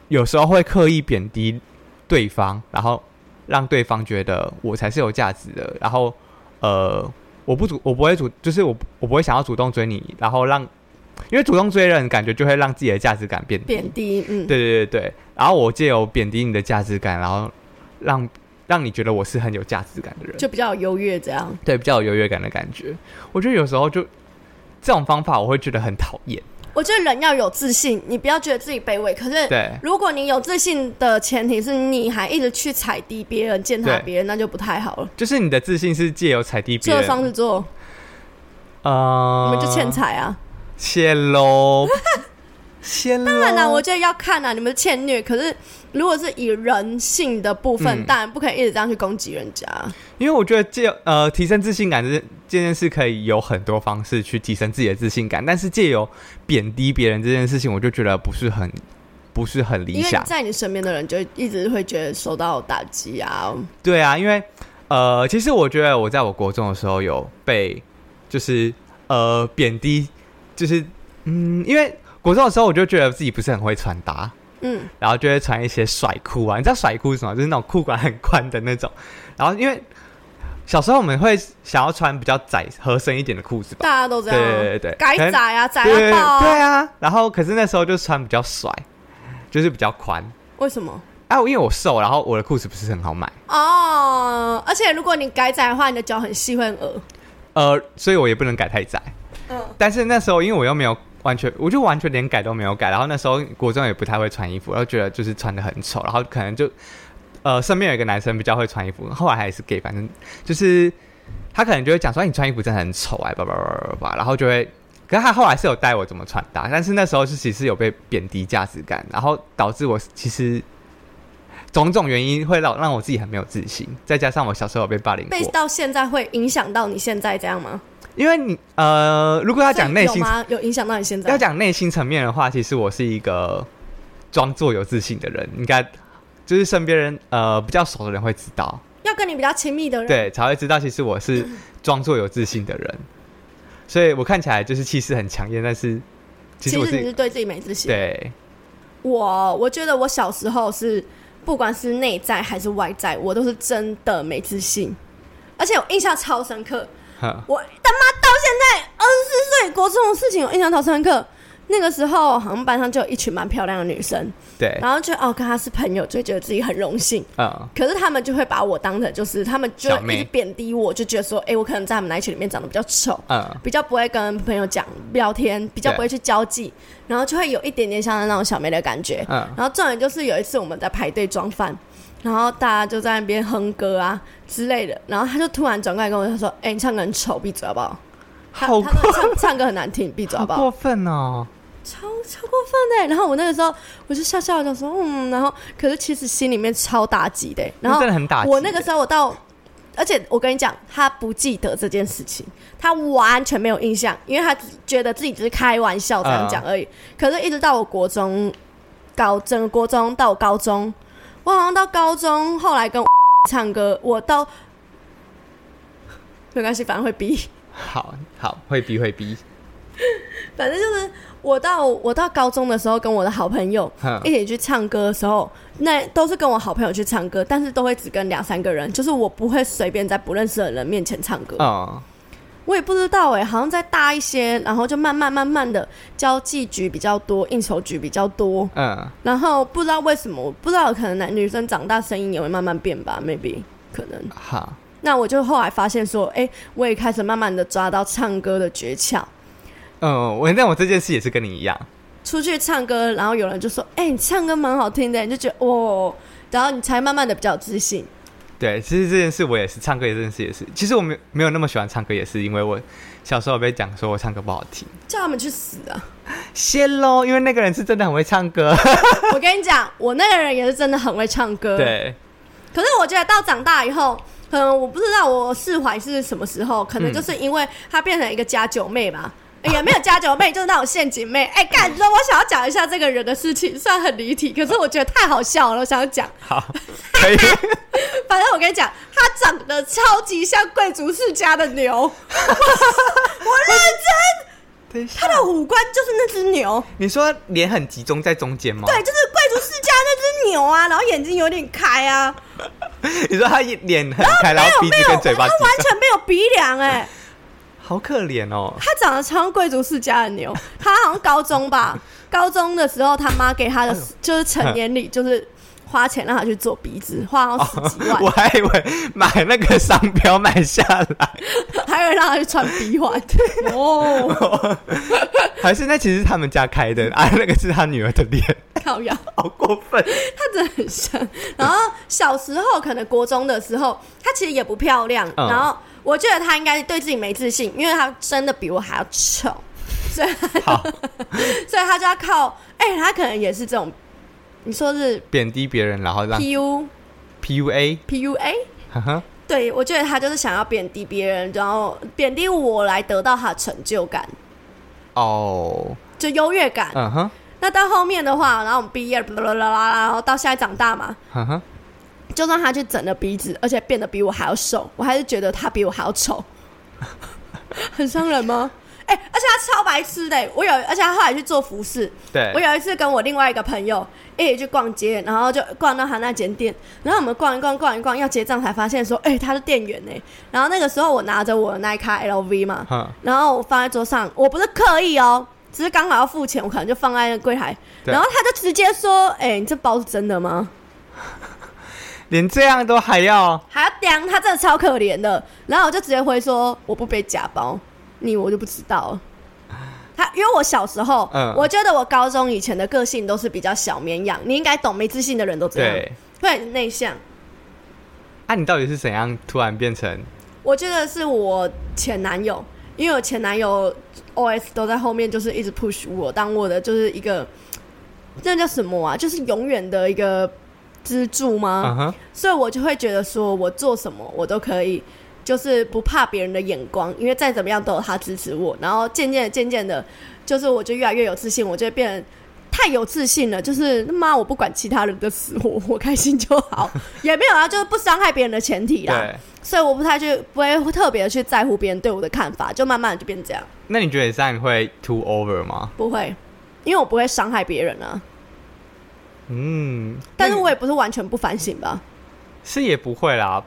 S2: 有时候会刻意贬低对方，然后让对方觉得我才是有价值的，然后呃，我不主我不会主，就是我我不会想要主动追你，然后让因为主动追人感觉就会让自己的价值感变低，
S1: 贬低，嗯，
S2: 对对对对，然后我借由贬低你的价值感，然后让让你觉得我是很有价值感的人，
S1: 就比较有优越这样。
S2: 对比较有优越感的感觉。我觉得有时候就这种方法，我会觉得很讨厌。
S1: 我觉得人要有自信，你不要觉得自己卑微。可是，
S2: 对
S1: 如果你有自信的前提是你还一直去踩低别人、践踏
S2: 对
S1: 别人，那就不太好了。
S2: 就是你的自信是借由踩低别
S1: 就
S2: 人，
S1: 双子座，
S2: 呃，
S1: 我们就欠踩啊。
S2: 哦谢喽，谢喽。
S1: 当然啦，我觉得要看啊，你们欠虐。可是，如果是以人性的部分，
S2: 嗯
S1: 当然不可以一直这样去攻击人家。
S2: 因为我觉得借呃提升自信感这这件事可以有很多方式去提升自己的自信感，但是借由贬低别人这件事情，我就觉得不是很不是很理
S1: 因为
S2: 想
S1: 你。在你身边的人就一直会觉得受到打击啊，
S2: 对啊，因为呃，其实我觉得我在我国中的时候有被就是呃贬低，就是嗯，因为国中的时候我就觉得自己不是很会穿搭，
S1: 嗯，
S2: 然后就会穿一些甩裤啊，你知道甩裤是什么？就是那种裤管很宽的那种。然后因为小时候我们会想要穿比较窄、合身一点的裤子吧
S1: 大，家都这
S2: 对
S1: 样
S2: 对
S1: 啊，
S2: 对对，
S1: 该
S2: 可能
S1: 宰啊，宰啊
S2: 对
S1: 爆啊，
S2: 对啊。然后可是那时候就穿比较甩，就是比较宽。
S1: 为什么？
S2: 啊，因为我瘦，然后我的裤子不是很好买，
S1: 哦，而且如果你改窄的话，你的脚很细，会很恶。
S2: 呃，所以我也不能改太窄。
S1: 嗯，
S2: 但是那时候因为我又没有完全，我就完全连改都没有改。然后那时候国中也不太会穿衣服，然后觉得就是穿的很丑，然后可能就呃身边有一个男生比较会穿衣服，后来还是 gay，反正就是他可能就会讲说哎你穿衣服真的很丑哎，叭叭叭叭叭叭，然后就会。可是他后来是有带我怎么穿搭，但是那时候是其实有被贬低价值感，然后导致我其实种种原因会让让我自己很没有自信，再加上我小时候有被霸凌
S1: 被
S2: 过，
S1: 到现在会影响到你现在这样吗？
S2: 因为你呃，如果要讲内
S1: 所以
S2: 心
S1: 有吗？有影响到你现在？
S2: 要讲内心层面的话，其实我是一个装作有自信的人，应该就是身边人呃比较熟的人会知道，
S1: 要跟你比较亲密的人，
S2: 对，才会知道其实我是装作有自信的人，所以我看起来就是气势很强硬，但是
S1: 其
S2: 其实我
S1: 实你
S2: 是
S1: 是对自己没自信。
S2: 对
S1: 我我觉得我小时候是，不管是内在还是外在，我都是真的没自信，而且我印象超深刻。
S2: 哼
S1: 我他妈到现在二十四岁，国中的事情我印象超深刻。那个时候好像班上就有一群蛮漂亮的女生，
S2: 对，
S1: 然后就哦跟她是朋友，就会觉得自己很荣幸。
S2: 嗯，
S1: 可是他们就会把我当成就是他们就
S2: 小
S1: 一
S2: 妹
S1: 直贬低我，就觉得说，哎、我可能在他们那一群里面长得比较丑，
S2: 嗯，
S1: 比较不会跟朋友讲聊天，比较不会去交际，然后就会有一点点像那种小妹的感觉。
S2: 嗯
S1: 然后重点就是有一次我们在排队装饭，然后大家就在那边哼歌啊之类的，然后他就突然转过来跟我说：“哎、你唱歌很丑，闭嘴好不好？”他
S2: 好
S1: 他说唱唱歌很难听，闭嘴好
S2: 好
S1: 不好？
S2: 过分哦，
S1: 超超过分的、欸然后我那个时候我就笑笑的说：“嗯。”然后可是其实心里面超打击的、欸然
S2: 那
S1: 后
S2: 真的很打击
S1: 我那个时候我到，而且我跟你讲，他不记得这件事情，他完全没有印象，因为他只觉得自己只是开玩笑这样讲
S2: 嗯
S1: 而已。可是，一直到我国中、高整个国中到我高中，我好像到高中后来跟唱歌，我到没关系，反正会逼。
S2: 好好会逼会逼，
S1: 反正就是我到我到高中的时候，跟我的好朋友
S2: 哼
S1: 一起去唱歌的时候，那都是跟我好朋友去唱歌，但是都会只跟两三个人，就是我不会随便在不认识的人面前唱歌。
S2: 嗯，
S1: 我也不知道哎、好像再大一些，然后就慢慢慢慢的交际局比较多，应酬局比较多，
S2: 嗯，
S1: 然后不知道为什么，我不知道可能男女生长大声音也会慢慢变吧，maybe 可能。
S2: 好，
S1: 那我就后来发现说，哎、我也开始慢慢的抓到唱歌的诀窍。
S2: 嗯，我那我这件事也是跟你一样，
S1: 出去唱歌，然后有人就说：“哎、你唱歌蛮好听的。”你就觉得哦，然后你才慢慢的比较有自信。
S2: 对，其实这件事我也是，唱歌也这件事也是。其实我没没有那么喜欢唱歌，也是因为我小时候被讲说我唱歌不好听。
S1: 叫他们去死啊！
S2: 谢喽，因为那个人是真的很会唱歌。
S1: 我跟你讲，我那个人也是真的很会唱歌。。
S2: 对，
S1: 可是我觉得到长大以后，可能我不知道我释怀是什么时候，可能就是因为她变成一个家九妹吧。哎也没有家九妹，就是那种陷阱妹。哎、干，你知道我想要讲一下这个人的事情，虽然很离题，可是我觉得太好笑了，我想要讲。
S2: 好， 可以。
S1: 反正我跟你讲，他长得超级像贵族世家的牛，我认真。
S2: 等一下
S1: 他的五官就是那只牛，
S2: 你说脸很集中在中间吗？
S1: 对，就是贵族世家那只牛啊，然后眼睛有点开啊，
S2: 对，你说他脸很开，然
S1: 没
S2: 后
S1: 有
S2: 鼻
S1: 没
S2: 子
S1: 有，
S2: 跟嘴
S1: 他
S2: 巴挤
S1: 完
S2: 上，
S1: 全没有鼻梁哎、
S2: 好可怜哦。
S1: 他长得超像贵族世家的牛，他好像高中 吧，高中的时候他妈给他的
S2: 哎呦
S1: 就是成年礼，就是花钱让他去做鼻子，花了十几万，
S2: 我还以为买那个商标买下来，
S1: 还有让他去穿鼻 环。哦，
S2: 还是那其实是他们家开的啊？那个是他女儿的脸，
S1: 靠腰，
S2: 好过分。
S1: 他真的很像。然后小时候可能国中的时候，他其实也不漂亮，
S2: 嗯
S1: 然后我觉得他应该对自己没自信，因为他真的比我还要丑，所以他
S2: 好，
S1: 所以他就要靠，哎、他可能也是这种，你说是
S2: 贬低别人，然后让
S1: PU
S2: PUA，
S1: PUA。
S2: 呵呵
S1: 对，我觉得他就是想要贬低别人，然后贬低我来得到他的成就感，
S2: 哦，
S1: 就优越感。
S2: 嗯哼，
S1: 那到后面的话，然后我们毕业，啦啦啦啦，然后到现在长大嘛，
S2: 呵呵，
S1: 就算他去整了鼻子，而且变得比我还要瘦，我还是觉得他比我还要丑， 很伤人吗？ 哎、而且他超白痴的、我有，而且他后来去做服饰，
S2: 对
S1: 我，有一次跟我另外一个朋友一起去逛街，然后就逛到他那间店，然后我们逛一逛逛一逛，要结账才发现说，哎、他是店员呢、然后那个时候我拿着我的那一卡 LV 嘛，
S2: 哼，
S1: 然后我放在桌上，我不是刻意哦，只是刚好要付钱，我可能就放在那个柜台，
S2: 对
S1: 然后他就直接说，哎、你这包是真的吗？
S2: 连这样都还要，
S1: 还要刁，他真的超可怜的。然后我就直接回说，我不背假包，你我就不知道了。他因为我小时候，
S2: 嗯
S1: 我觉得我高中以前的个性都是比较小绵羊，你应该懂，没自信的人都这样，
S2: 对。
S1: 会很内向。
S2: 啊，你到底是怎样突然变成？
S1: 我觉得是我前男友，因为我前男友 OS 都在后面，就是一直 push 我，当我的就是一个那叫什么啊，就是永远的一个支柱吗？
S2: 嗯哼，
S1: 所以我就会觉得说，我做什么我都可以，就是不怕别人的眼光，因为再怎么样都有他支持我。然后渐渐的、渐渐的，就是我就越来越有自信，我就会变得太有自信了，就是他妈我不管其他人的死活，我开心就好，也没有啊，就是不伤害别人的前提啦。
S2: 对。
S1: 所以我不太去，不会特别去在乎别人对我的看法，就慢慢地就变这样，
S2: 那你觉得你这样会 too over 吗？
S1: 不会，因为我不会伤害别人啊。
S2: 嗯，
S1: 但是
S2: 那你
S1: 我也不是完全不反省吧。
S2: 是也不会啦，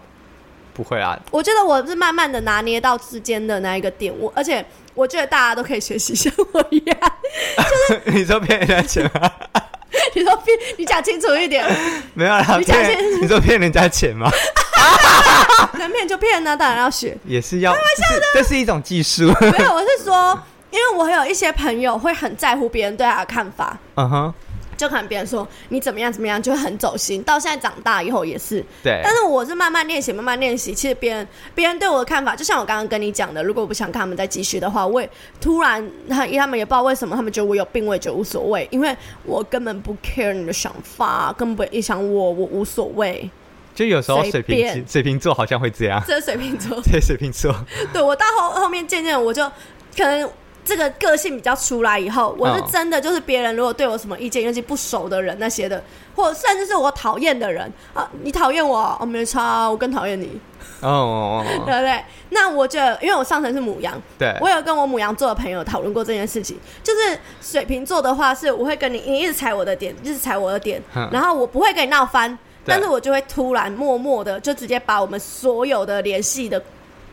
S2: 不会啦。
S1: 我觉得我是慢慢的拿捏到之间的那一个点，我而且我觉得大家都可以学习像我一样。
S2: 你说骗人家钱 吗？
S1: 你说骗，你讲清楚一点，
S2: 没有啦，
S1: 你讲
S2: 骗你说骗人家钱吗？
S1: 能骗就骗啊呢、当然要学。
S2: 也是要，这是这是一种技 术。
S1: 没有，我是说，因为我有一些朋友会很在乎别人对他的看法，
S2: 嗯哼，
S1: 就可能别人说你怎么样怎么样，就会很走心。到现在长大以后也是，
S2: 对
S1: 但，是我是慢慢练习，慢慢练习。其实别人别人对我的看法，就像我刚刚跟你讲的，如果我不想跟他们再继续的话，我也突然 他他们也不知道为什么，他们觉得我有病，我也觉得无所谓，因为我根本不 care 你的想法，根本不会影响我，我无所谓。
S2: 就有时候
S1: 随
S2: 水瓶
S1: 便
S2: 水瓶座好像会 这样。
S1: 这是水瓶座，
S2: 对，水瓶座，哦
S1: 对我到后后面渐渐我就可能。这个个性比较出来以后，我是
S2: 嗯
S1: 真的就是别人如果对我什么意见，尤其不熟的人那些的，或甚至是我讨厌的人啊，你讨厌我哦，我没差啊，我更讨厌你。
S2: 哦，
S1: 对不对？那我觉得，因为我上层是母羊，
S2: 对，
S1: 我有跟我母羊座的朋友讨论过这件事情。就是水瓶座的话，是我会跟你，你一直踩我的点，一直踩我的点，
S2: 嗯
S1: 然后我不会跟你闹翻，
S2: 对
S1: 但是我就会突然默默的就直接把我们所有的联系的，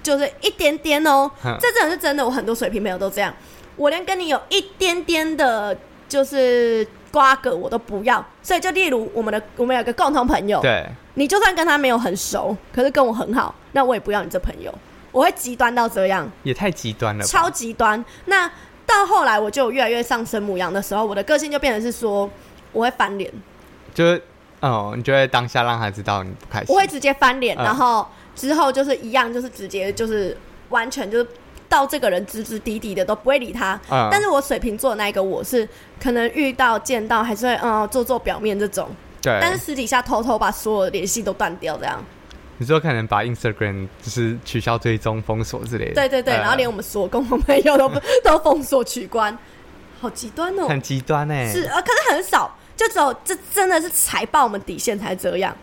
S1: 就是一点点哦
S2: 嗯，
S1: 这真的是真的，我很多水瓶朋友都这样，我连跟你有一点点的，就是瓜葛我都不要。所以就例如我们的，我们有个共同朋友，
S2: 对，
S1: 你就算跟他没有很熟，可是跟我很好，那我也不要你这朋友。我会极端到这样，
S2: 也太极端了吧，
S1: 超极端。那到后来，我就有越来越上升母羊的时候，我的个性就变成是说，我会翻脸，
S2: 就是哦，你就会当下让他知道你不开心。
S1: 我会直接翻脸，
S2: 嗯
S1: 然后之后就是一样，就是直接就是完全就是到这个人指指滴滴的都不会理他。
S2: 嗯
S1: 但是我水瓶座那一个我是可能遇到见到还是会嗯做做表面这种，
S2: 对，
S1: 但是私底下偷偷把所有的联系都断掉这样。
S2: 你说可能把 Instagram 就是取消追踪、封锁之类的。
S1: 对对对，
S2: 呃
S1: 然后连我们所有共同朋友都不都封锁取关，好极端哦。
S2: 很极端哎、
S1: 是呃，可是很少，就只有这真的是踩爆我们底线才这样。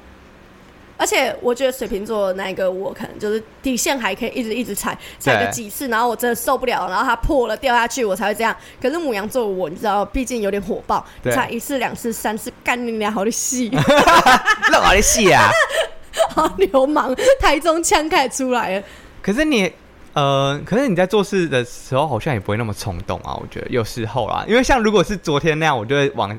S1: 而且我觉得水瓶座那一个我可能就是底线还可以一直一直踩，踩个
S2: 对
S1: 几次，然后我真的受不了，然后它破了掉下去，我才会这样。可是母羊座我你知道，毕竟有点火爆，你
S2: 对
S1: 踩一次、两次、三次，干你俩好的戏，
S2: 那我的戏啊！
S1: 好流氓，台中腔开始出来了。
S2: 可是你，呃，可是你在做事的时候好像也不会那么冲动啊。我觉得有时候啦，因为像如果是昨天那样，我就会往，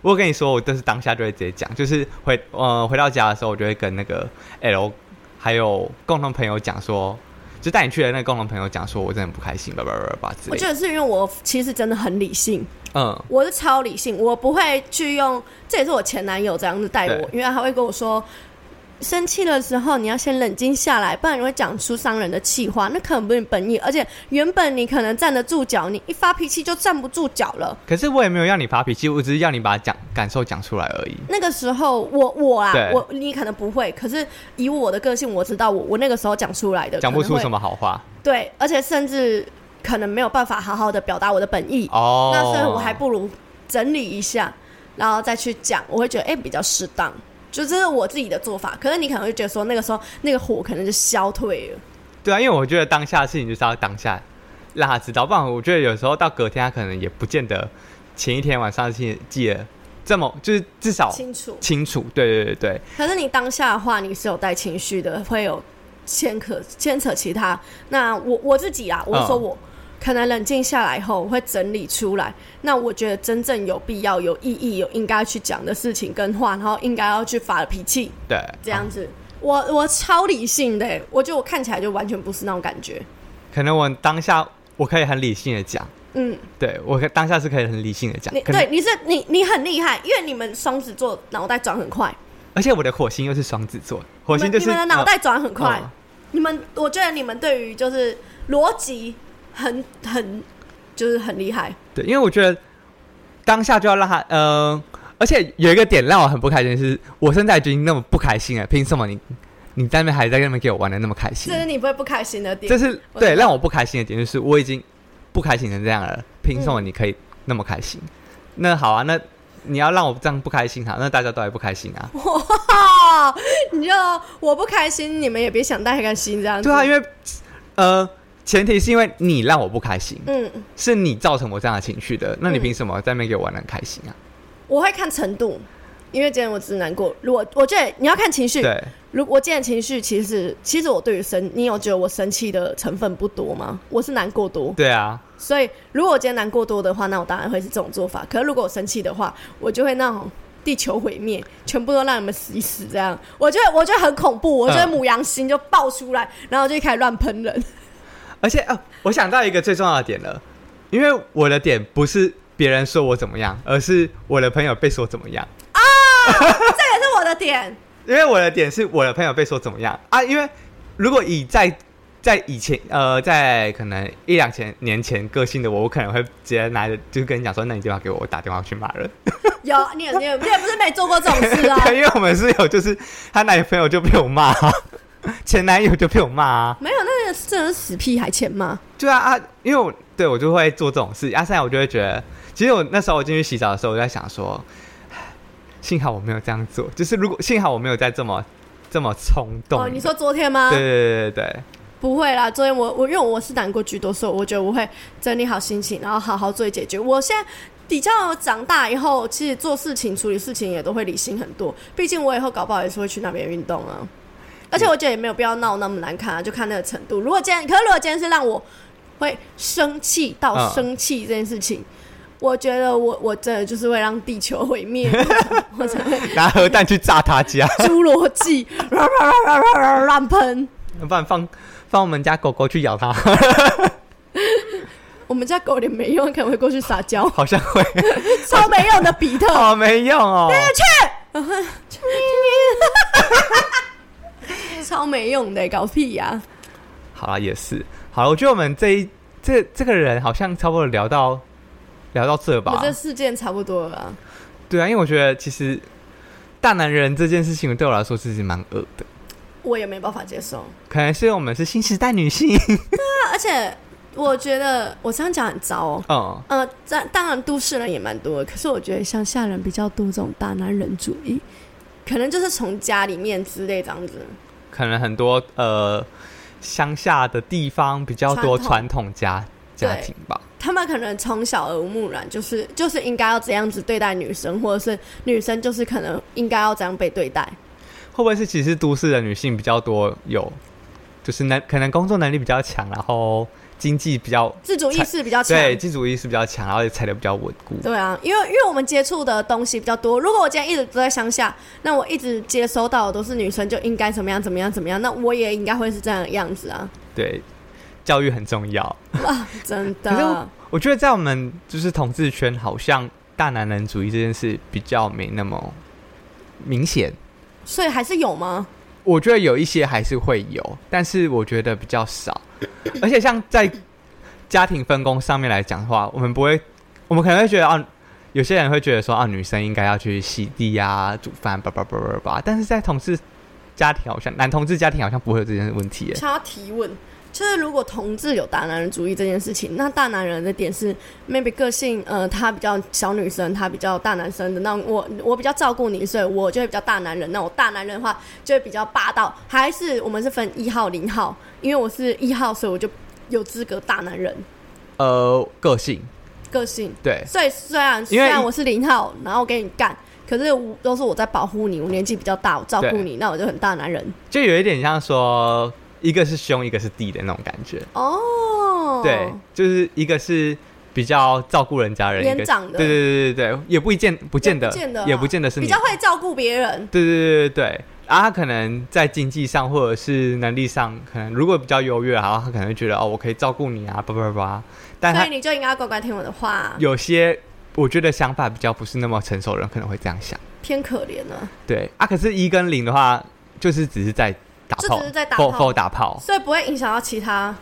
S2: 我有跟你说，我就是当下就会直接讲，就是回呃回到家的时候，我就会跟那个 L 还有共同朋友讲说，就带你去的那个共同朋友讲说，我真的很不开心，叭叭叭叭之
S1: 我
S2: 类
S1: 觉
S2: 的。
S1: 得是因为我其实真的很理性，
S2: 嗯，
S1: 我是超理性，我不会去用，这也是我前男友这样子带我
S2: 对，
S1: 因为他会跟我说，生气的时候你要先冷静下来，不然你会讲出伤人的气话，那可能不是你本意，而且原本你可能站得住脚，你一发脾气就站不住脚了。
S2: 可是我也没有让你发脾气，我只是要你把讲感受讲出来而已。
S1: 那个时候我我啊
S2: 对，
S1: 我你可能不会，可是以我的个性，我知道我我那个时候讲出来的
S2: 讲不
S1: 可能
S2: 出
S1: 会
S2: 什么好话
S1: 对，而且甚至可能没有办法好好的表达我的本意。
S2: 哦。
S1: 那所以我还不如整理一下，然后再去讲，我会觉得哎、诶比较适当，就这是我自己的做法。可是你可能会觉得说那个时候那个火可能就消退了，
S2: 对啊，因为我觉得当下的事情就是要当下让他知道，不然我觉得有时候到隔天他可能也不见得前一天晚上记记得这么，就是至少
S1: 清楚。
S2: 清楚。对对对对，
S1: 可是你当下的话，你是有带情绪的，会有牵扯牵扯其他。那我我自己啊，我是说
S2: 嗯
S1: 我。可能冷静下来后，我会整理出来。那我觉得真正有必要、有意义、有应该去讲的事情跟话，然后应该要去发的脾气，
S2: 对
S1: 这样子。
S2: 嗯
S1: 我我超理性的、我觉得我看起来就完全不是那种感觉。
S2: 可能我当下我可以很理性的讲，
S1: 嗯，
S2: 对我可当下是可以很理性的讲
S1: 你，
S2: 可能
S1: 对，你是你你很厉害，因为你们双子座脑袋转很快，
S2: 而且我的火星又是双子座，火
S1: 你
S2: 星
S1: 们
S2: 就
S1: 你
S2: 是
S1: 们的脑袋转很快，
S2: 嗯
S1: 你们我觉得你们对于就是逻辑很很就是很厉害，
S2: 对，因为我觉得当下就要让他，呃，而且有一个点让我很不开心是，我现在已经那么不开心了，凭什么你你在那边还在那边给我玩的那么开心
S1: 这？是你不会不开心的
S2: 这
S1: 点。
S2: 是
S1: 我
S2: 对
S1: 懂
S2: 让我不开心的点，就是我已经不开心成这样了，凭什么
S1: 嗯
S2: 你可以那么开心？那好啊，那你要让我这样不开心哈，那大家都还不开心啊？
S1: 哇， 你就我不开心，你们也别想太开心这样子。
S2: 对啊，因为呃，前提是因为你让我不开心，
S1: 嗯，
S2: 是你造成我这样的情绪的，那你
S1: 嗯
S2: 凭什么在那边给我玩的很开心啊？
S1: 我会看程度，因为今天我只是难过。如果我觉得你要看情绪，
S2: 对，
S1: 如我今天情绪其实其实我对于生，你有觉得我生气的成分不多吗？我是难过多。
S2: 对啊，
S1: 所以如果我今天难过多的话，那我当然会是这种做法。可是如果我生气的话，我就会那种地球毁灭，全部都让你们死一死这样。我觉得我觉得很恐怖，我觉得
S2: 嗯
S1: 母羊心就爆出来，然后就开始乱喷人。
S2: 而且啊，我想到一个最重要的点了，因为我的点不是别人说我怎么样，而是我的朋友被说怎么样。
S1: 这是我的点，
S2: 因为我的点是我的朋友被说怎么样啊？因为如果以在在以前呃，在可能一两千年前个性的我，我可能会直接拿着就是跟你讲说，那你电话给我，我打电话去骂人。。
S1: 有你有你有你也不是没做过这种事啊
S2: 对，因为我们是有就是她男朋友就被我骂、啊，前男友就被我骂啊，
S1: 没有，那个真的是死屁孩钱吗？
S2: 对啊啊，因为我对我就会做这种事，啊，现在我就会觉得，其实我那时候我进去洗澡的时候，我就在想说，唉幸好我没有这样做，就是如果幸好我没有在这么这么冲动。
S1: 哦，你说昨天吗？
S2: 对对对对对。
S1: 不会啦，昨天我我因为我是难过居多，所以我觉得我会整理好心情，然后好好做解决。我现在比较长大以后，其实做事情、处理事情也都会理性很多。毕竟我以后搞不好也是会去那边运动啊。而且我觉得也没有必要闹那么难看啊，就看那个程度。如果今天，可是如果今天是让我会生气到
S2: 嗯
S1: 生气这件事情，我觉得我我真的就是会让地球毁灭，我才会
S2: 拿核弹去炸他家，
S1: 侏罗纪 乱喷。
S2: 不然放放我们家狗狗去咬它，
S1: 我们家狗脸没用，可能会过去撒娇。
S2: 好 像会
S1: 超没用的比特。
S2: 好没用哦。
S1: 超没用的、搞屁啊呀、
S2: 好了，也是好了，我觉得我们这一这这个人好像差不多聊到聊到这
S1: 我
S2: 吧
S1: 这。事件差不多了啊、
S2: 对啊，因为我觉得其实大男人这件事情对我来说其实蛮恶的，
S1: 我也没办法接受。
S2: 可能是因为我们是新时代女性。
S1: 那而且我觉得我这样讲很糟哦。
S2: 嗯，
S1: 呃，当当然都市人也蛮多的，可是我觉得乡下人比较多这种大男人主义。可能就是从家里面之类这样子。
S2: 可能很多呃乡下的地方比较多传
S1: 传
S2: 统家
S1: 对
S2: 家庭吧。
S1: 他们可能从小耳濡目染，就是就是应该要这样子对待女生，或者是女生就是可能应该要这样被对待。
S2: 会不会是其实都市的女性比较多有，就是能可能工作能力比较强，然后经济比较
S1: 自主意识比较强。
S2: 对自主意识比较强，然后也踩的比较稳固。
S1: 对啊，因为因为我们接触的东西比较多。如果我今天一直都在乡下，那我一直接收到的都是女生就应该怎么样怎么样怎么样，那我也应该会是这样的样子啊，
S2: 对，教育很重要。
S1: 真
S2: 可是我
S1: 的。
S2: 我觉得在我们就是同志圈，好像大男人主义这件事比较没那么明显。
S1: 所以还是有吗？
S2: 我觉得有一些还是会有，但是我觉得比较少。而且像在家庭分工上面来讲的话，我们不会，我们可能会觉得啊，有些人会觉得说啊，女生应该要去洗地啊、煮饭，叭叭叭叭叭。但是在同志家庭好像，男同志家庭好像不会有这件问题耶。
S1: 想要提问，就是如果同志有大男人主义这件事情，那大男人的点是，maybe 个性，呃，他比较小女生，他比较大男生的，那我我比较照顾你，所以我就会比较大男人。那我大男人的话，就会比较霸道。还是我们是分一号、零号，因为我是一号，所以我就有资格大男人
S2: 呃，个性
S1: 个性。
S2: 对，
S1: 所以虽然虽
S2: 因为
S1: 然我是零号，然后我跟你干，可是我都是我在保护你，我年纪比较大，我照顾
S2: 对
S1: 你，那我就很大男人
S2: 就有一点像说一个是兄，一个是弟的那种感觉。
S1: 哦。
S2: 对，就是一个是比较照顾人家人，
S1: 年
S2: 一个
S1: 长的
S2: 对对对对对，也不一见不见得，
S1: 也不见得啊
S2: 也不见得是
S1: 比
S2: 你
S1: 较会照顾别人。
S2: 对对对对对，啊，他可能在经济上或者是能力上，可能如果比较优越，然后他可能会觉得哦，我可以照顾你啊，叭叭叭。但
S1: 所
S2: 哎他
S1: 以你就应该乖乖听我的话，
S2: 有些我觉得想法比较不是那么成熟的人，可能会这样想。
S1: 偏可怜了，
S2: 对啊，可是一跟零的话，就是只是在打
S1: 就
S2: 炮，
S1: 只是在打
S2: 否
S1: 炮
S2: 否打炮，
S1: 所以不会影响到其他。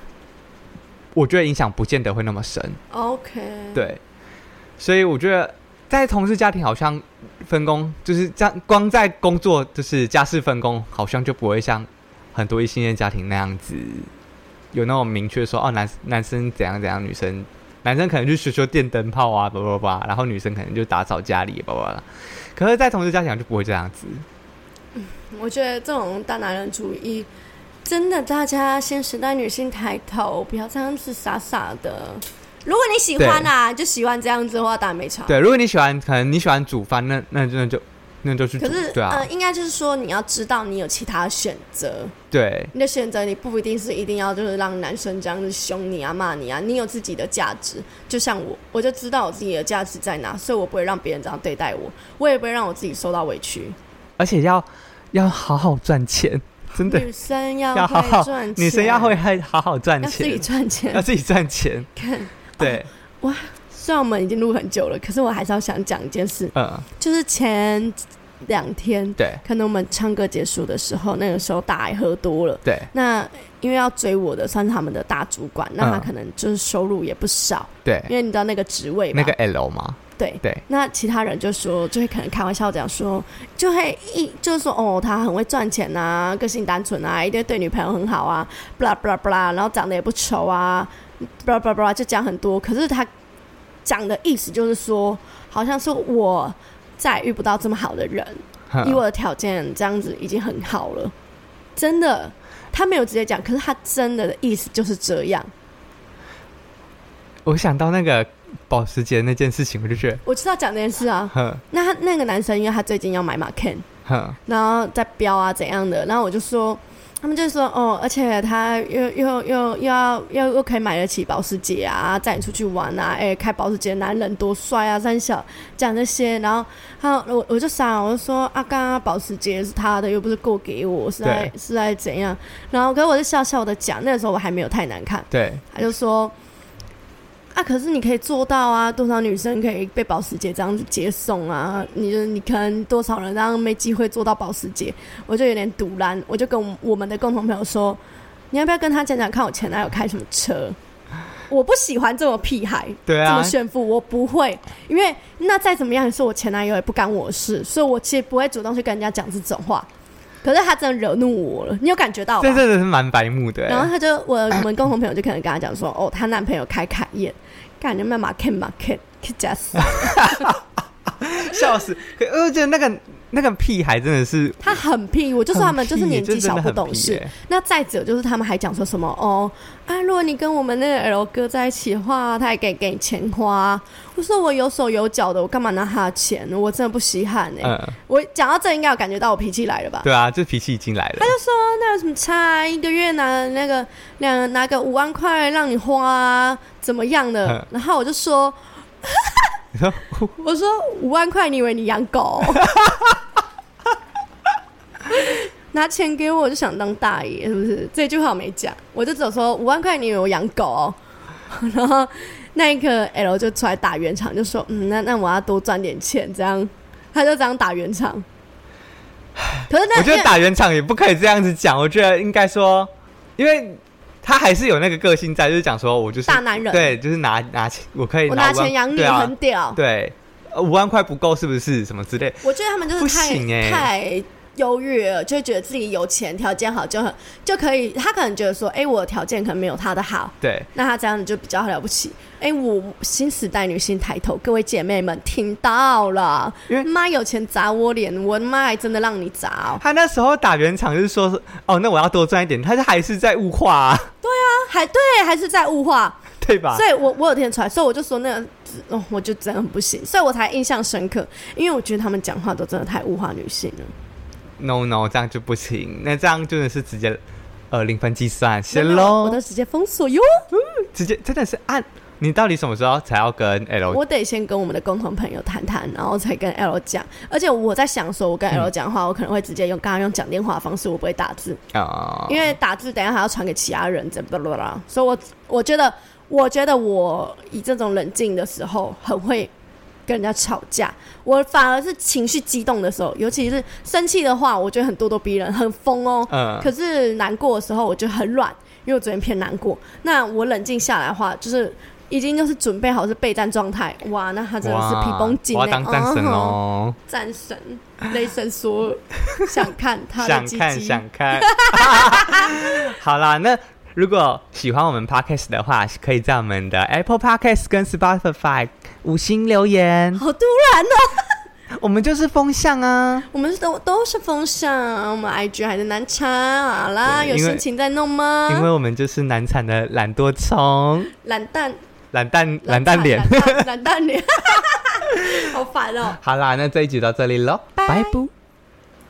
S2: 我觉得影响不见得会那么深。
S1: OK，，
S2: 对，所以我觉得在同事家庭好像分工就是这样，光在工作就是家事分工，好像就不会像很多异性恋家庭那样子有那种明确说哦，男男生怎样怎样，女生男生可能去修修电灯泡啊，叭叭叭，然后女生可能就打扫家里，叭叭叭。可是，在同事家庭好像就不会这样子，
S1: 哦我觉得这种大男人主义，真的大家先时代女性抬头，不要这样子傻傻的。如果你喜欢啊，就喜欢这样子的话，当然没差。
S2: 对。如果你喜欢，可能你喜欢煮饭，那那那就那就去煮
S1: 可是，，
S2: 对啊，
S1: 呃，应该就是说，你要知道你有其他选择，
S2: 对
S1: 你的选择你不一定是一定要就是让男生这样子凶你啊、骂你啊，你有自己的价值。就像我，我就知道我自己的价值在哪，所以我不会让别人这样对待我，我也不会让我自己受到委屈。
S2: 而且要要好好赚钱，真的。
S1: 女生要
S2: 要好好
S1: 会赚钱，
S2: 女生要会还好好赚
S1: 要自己
S2: 钱，
S1: 赚
S2: 要
S1: 钱。
S2: 自己赚钱。
S1: 看，
S2: 对，
S1: 虽然我们已经录很久了，可是我还是要想讲一件事，
S2: 嗯，
S1: 就是前两天
S2: 对
S1: 可能我们唱歌结束的时候，那个时候大家喝多了。
S2: 对
S1: 那因为要追我的算是他们的大主管，那他
S2: 嗯
S1: 可能就是收入也不少，因
S2: 对，
S1: 为你知道那个职位嘛，
S2: 那个 L 嘛，
S1: 对
S2: 对。
S1: 那其他人就说，就会可能开玩笑这样说，就会一就是说哦，他很会赚钱啊，个性单纯啊，一定对女朋友很好啊，不啦不啦不啦，然后长得也不丑啊，不啦不啦不啦，就讲很多。可是他讲的意思就是说，好像是我再也遇不到这么好的人，
S2: 哼
S1: 以我的条件这样子已经很好了，真的。他没有直接讲，可是他真的的意思就是这样。
S2: 我想到那个保时捷那件事情，我就觉得，
S1: 我知道讲这件事啊。
S2: 哼
S1: 那他那个男生，因为他最近要买马 Ken，
S2: 哼，
S1: 然后在飙啊怎样的，然后我就说，他们就说哦，而且他又又又又要又又可以买得起保时捷啊，载你出去玩啊，哎，开保时捷的男人多帅啊，三小讲这些，然后他我我就傻，我就说啊，刚刚保时捷是他的，又不是过给我，是在是在怎样，然后可是我就笑笑的讲，那个时候我还没有太难看，
S2: 对
S1: 他就说。啊，可是你可以做到啊！多少女生可以被保时捷这样子接送啊？你就你可能多少人让没机会做到保时捷，我就有点堵然，我就跟我们的共同朋友说，你要不要跟他讲讲看我前男友开什么车？我不喜欢这种屁孩，
S2: 对
S1: 这么
S2: 啊，
S1: 炫富，我不会，因为那再怎么样也是我前男友，也不干我的事，所以我其实不会主动去跟人家讲这种话。可是他真的惹怒我了，你有感觉到吧？
S2: 这真的是蛮白目的
S1: 然后
S2: 欸。
S1: 他就我 我们共同朋友就可能跟他讲说，哦，她 男朋友开凯宴，感觉骂马 Ken 马 Ken Ken 加死，
S2: 笑死！可而且那个那个屁孩真的是，
S1: 他很屁，我就说他们就是
S2: 很屁
S1: 年纪小
S2: 真的
S1: 不
S2: 很
S1: 懂
S2: 屁
S1: 事
S2: 耶。
S1: 那再者就是他们还讲说什么哦啊，如果你跟我们那个 L 哥在一起的话，他还给给你钱花。我说我有手有脚的，我干嘛拿他的钱？我真的不稀罕哎、
S2: 嗯，
S1: 我讲到这应该有感觉到我脾气来了吧？
S2: 对啊，这脾气已经来了。
S1: 那有什么差啊？一个月拿那个两拿个五万块让你花啊，怎么样的
S2: 嗯？
S1: 然后我就说，
S2: 你说哦
S1: 我说五万块，你以为你养 狗？拿钱给我，我就想当大爷，是不是？这句话我没讲，我就只有说五万块，你以为我养狗 哦、然后那一刻 L 就出来打圆场，就说：“嗯，那那我要多赚点钱，这样。”他就这样打圆 场。可是那
S2: 我觉
S1: 因为
S2: 得打圆场也不可以这样子讲，我觉得应该说，因为他还是有那个个性在，就是讲说我就是
S1: 大男人
S2: 对，就是拿拿钱，我可以
S1: 我拿
S2: 五万
S1: 钱养你
S2: 对啊
S1: 很屌，
S2: 对，呃五万块不够是不是？什么之类，
S1: 我觉得他们就
S2: 不
S1: 是太、
S2: 行欸
S1: 太优越了，就会觉得自己有钱，条件好就很就可以。他可能觉得说，哎、我的条件可能没有他的好，
S2: 对，
S1: 那他这样子就比较了不起。哎、我新时代女性抬头，各位姐妹们听到了
S2: 因为，
S1: 妈有钱砸我脸，我妈还真的让你砸、哦。
S2: 他那时候打圆场就是说，哦，那我要多赚一点，他是还是在物化、啊，
S1: 还对，还是在物化，
S2: 对吧
S1: 所？以我我有听出来，所以我就说那个，哦，我就真的很不行，所以我才印象深刻，因为我觉得他们讲话都真的太物化女性了。
S2: no no，这样就不行，那这样真的是直接呃零分计算，谢
S1: 没有我
S2: 喽
S1: 都，直接封锁哟。
S2: 直接真的是按你到底什么时候才要跟 L？
S1: 我得先跟我们的共同朋友谈谈，然后才跟 L 讲。而且我在想说，我跟 L 讲话，我可能会直接用刚刚用讲电话的方式，我不会打字，
S2: 啊、
S1: 因为打字等一下还要传给其他人，怎么啦啦。所以我我觉得，我觉得我以这种冷静的时候，很会。跟人家吵架，我反而是情绪激动的时候，尤其是生气的话，我觉得很咄咄逼人，很疯哦。
S2: 嗯，
S1: 可是难过的时候，我就很软，因为我昨天偏难过。那我冷静下来的话，就是已经就是准备好是备战状态。哇，那他真的是皮绷紧
S2: 哇我要
S1: 欸
S2: 当战神
S1: 嗯哼
S2: 哦。
S1: 战神，雷神说想看他的
S2: 想
S1: 鸡
S2: 看
S1: 鸡，
S2: 想看。 好啦，那如果喜欢我们 podcast 的话，可以在我们的 Apple Podcast 跟 Spotify 五星留言。
S1: 好突然哦！
S2: 我们就是风向啊，
S1: 我们都都是风扇，我们 IG 还在难插，好啦，
S2: 对
S1: 有
S2: 因为
S1: 心情再弄吗？
S2: 因为我们就是难产的懒惰虫，
S1: 懒蛋，
S2: 懒蛋懒蛋脸。
S1: 懒蛋，懒蛋脸，好烦哦！
S2: 好啦，那这一集到这里喽，
S1: 拜
S2: 拜拜。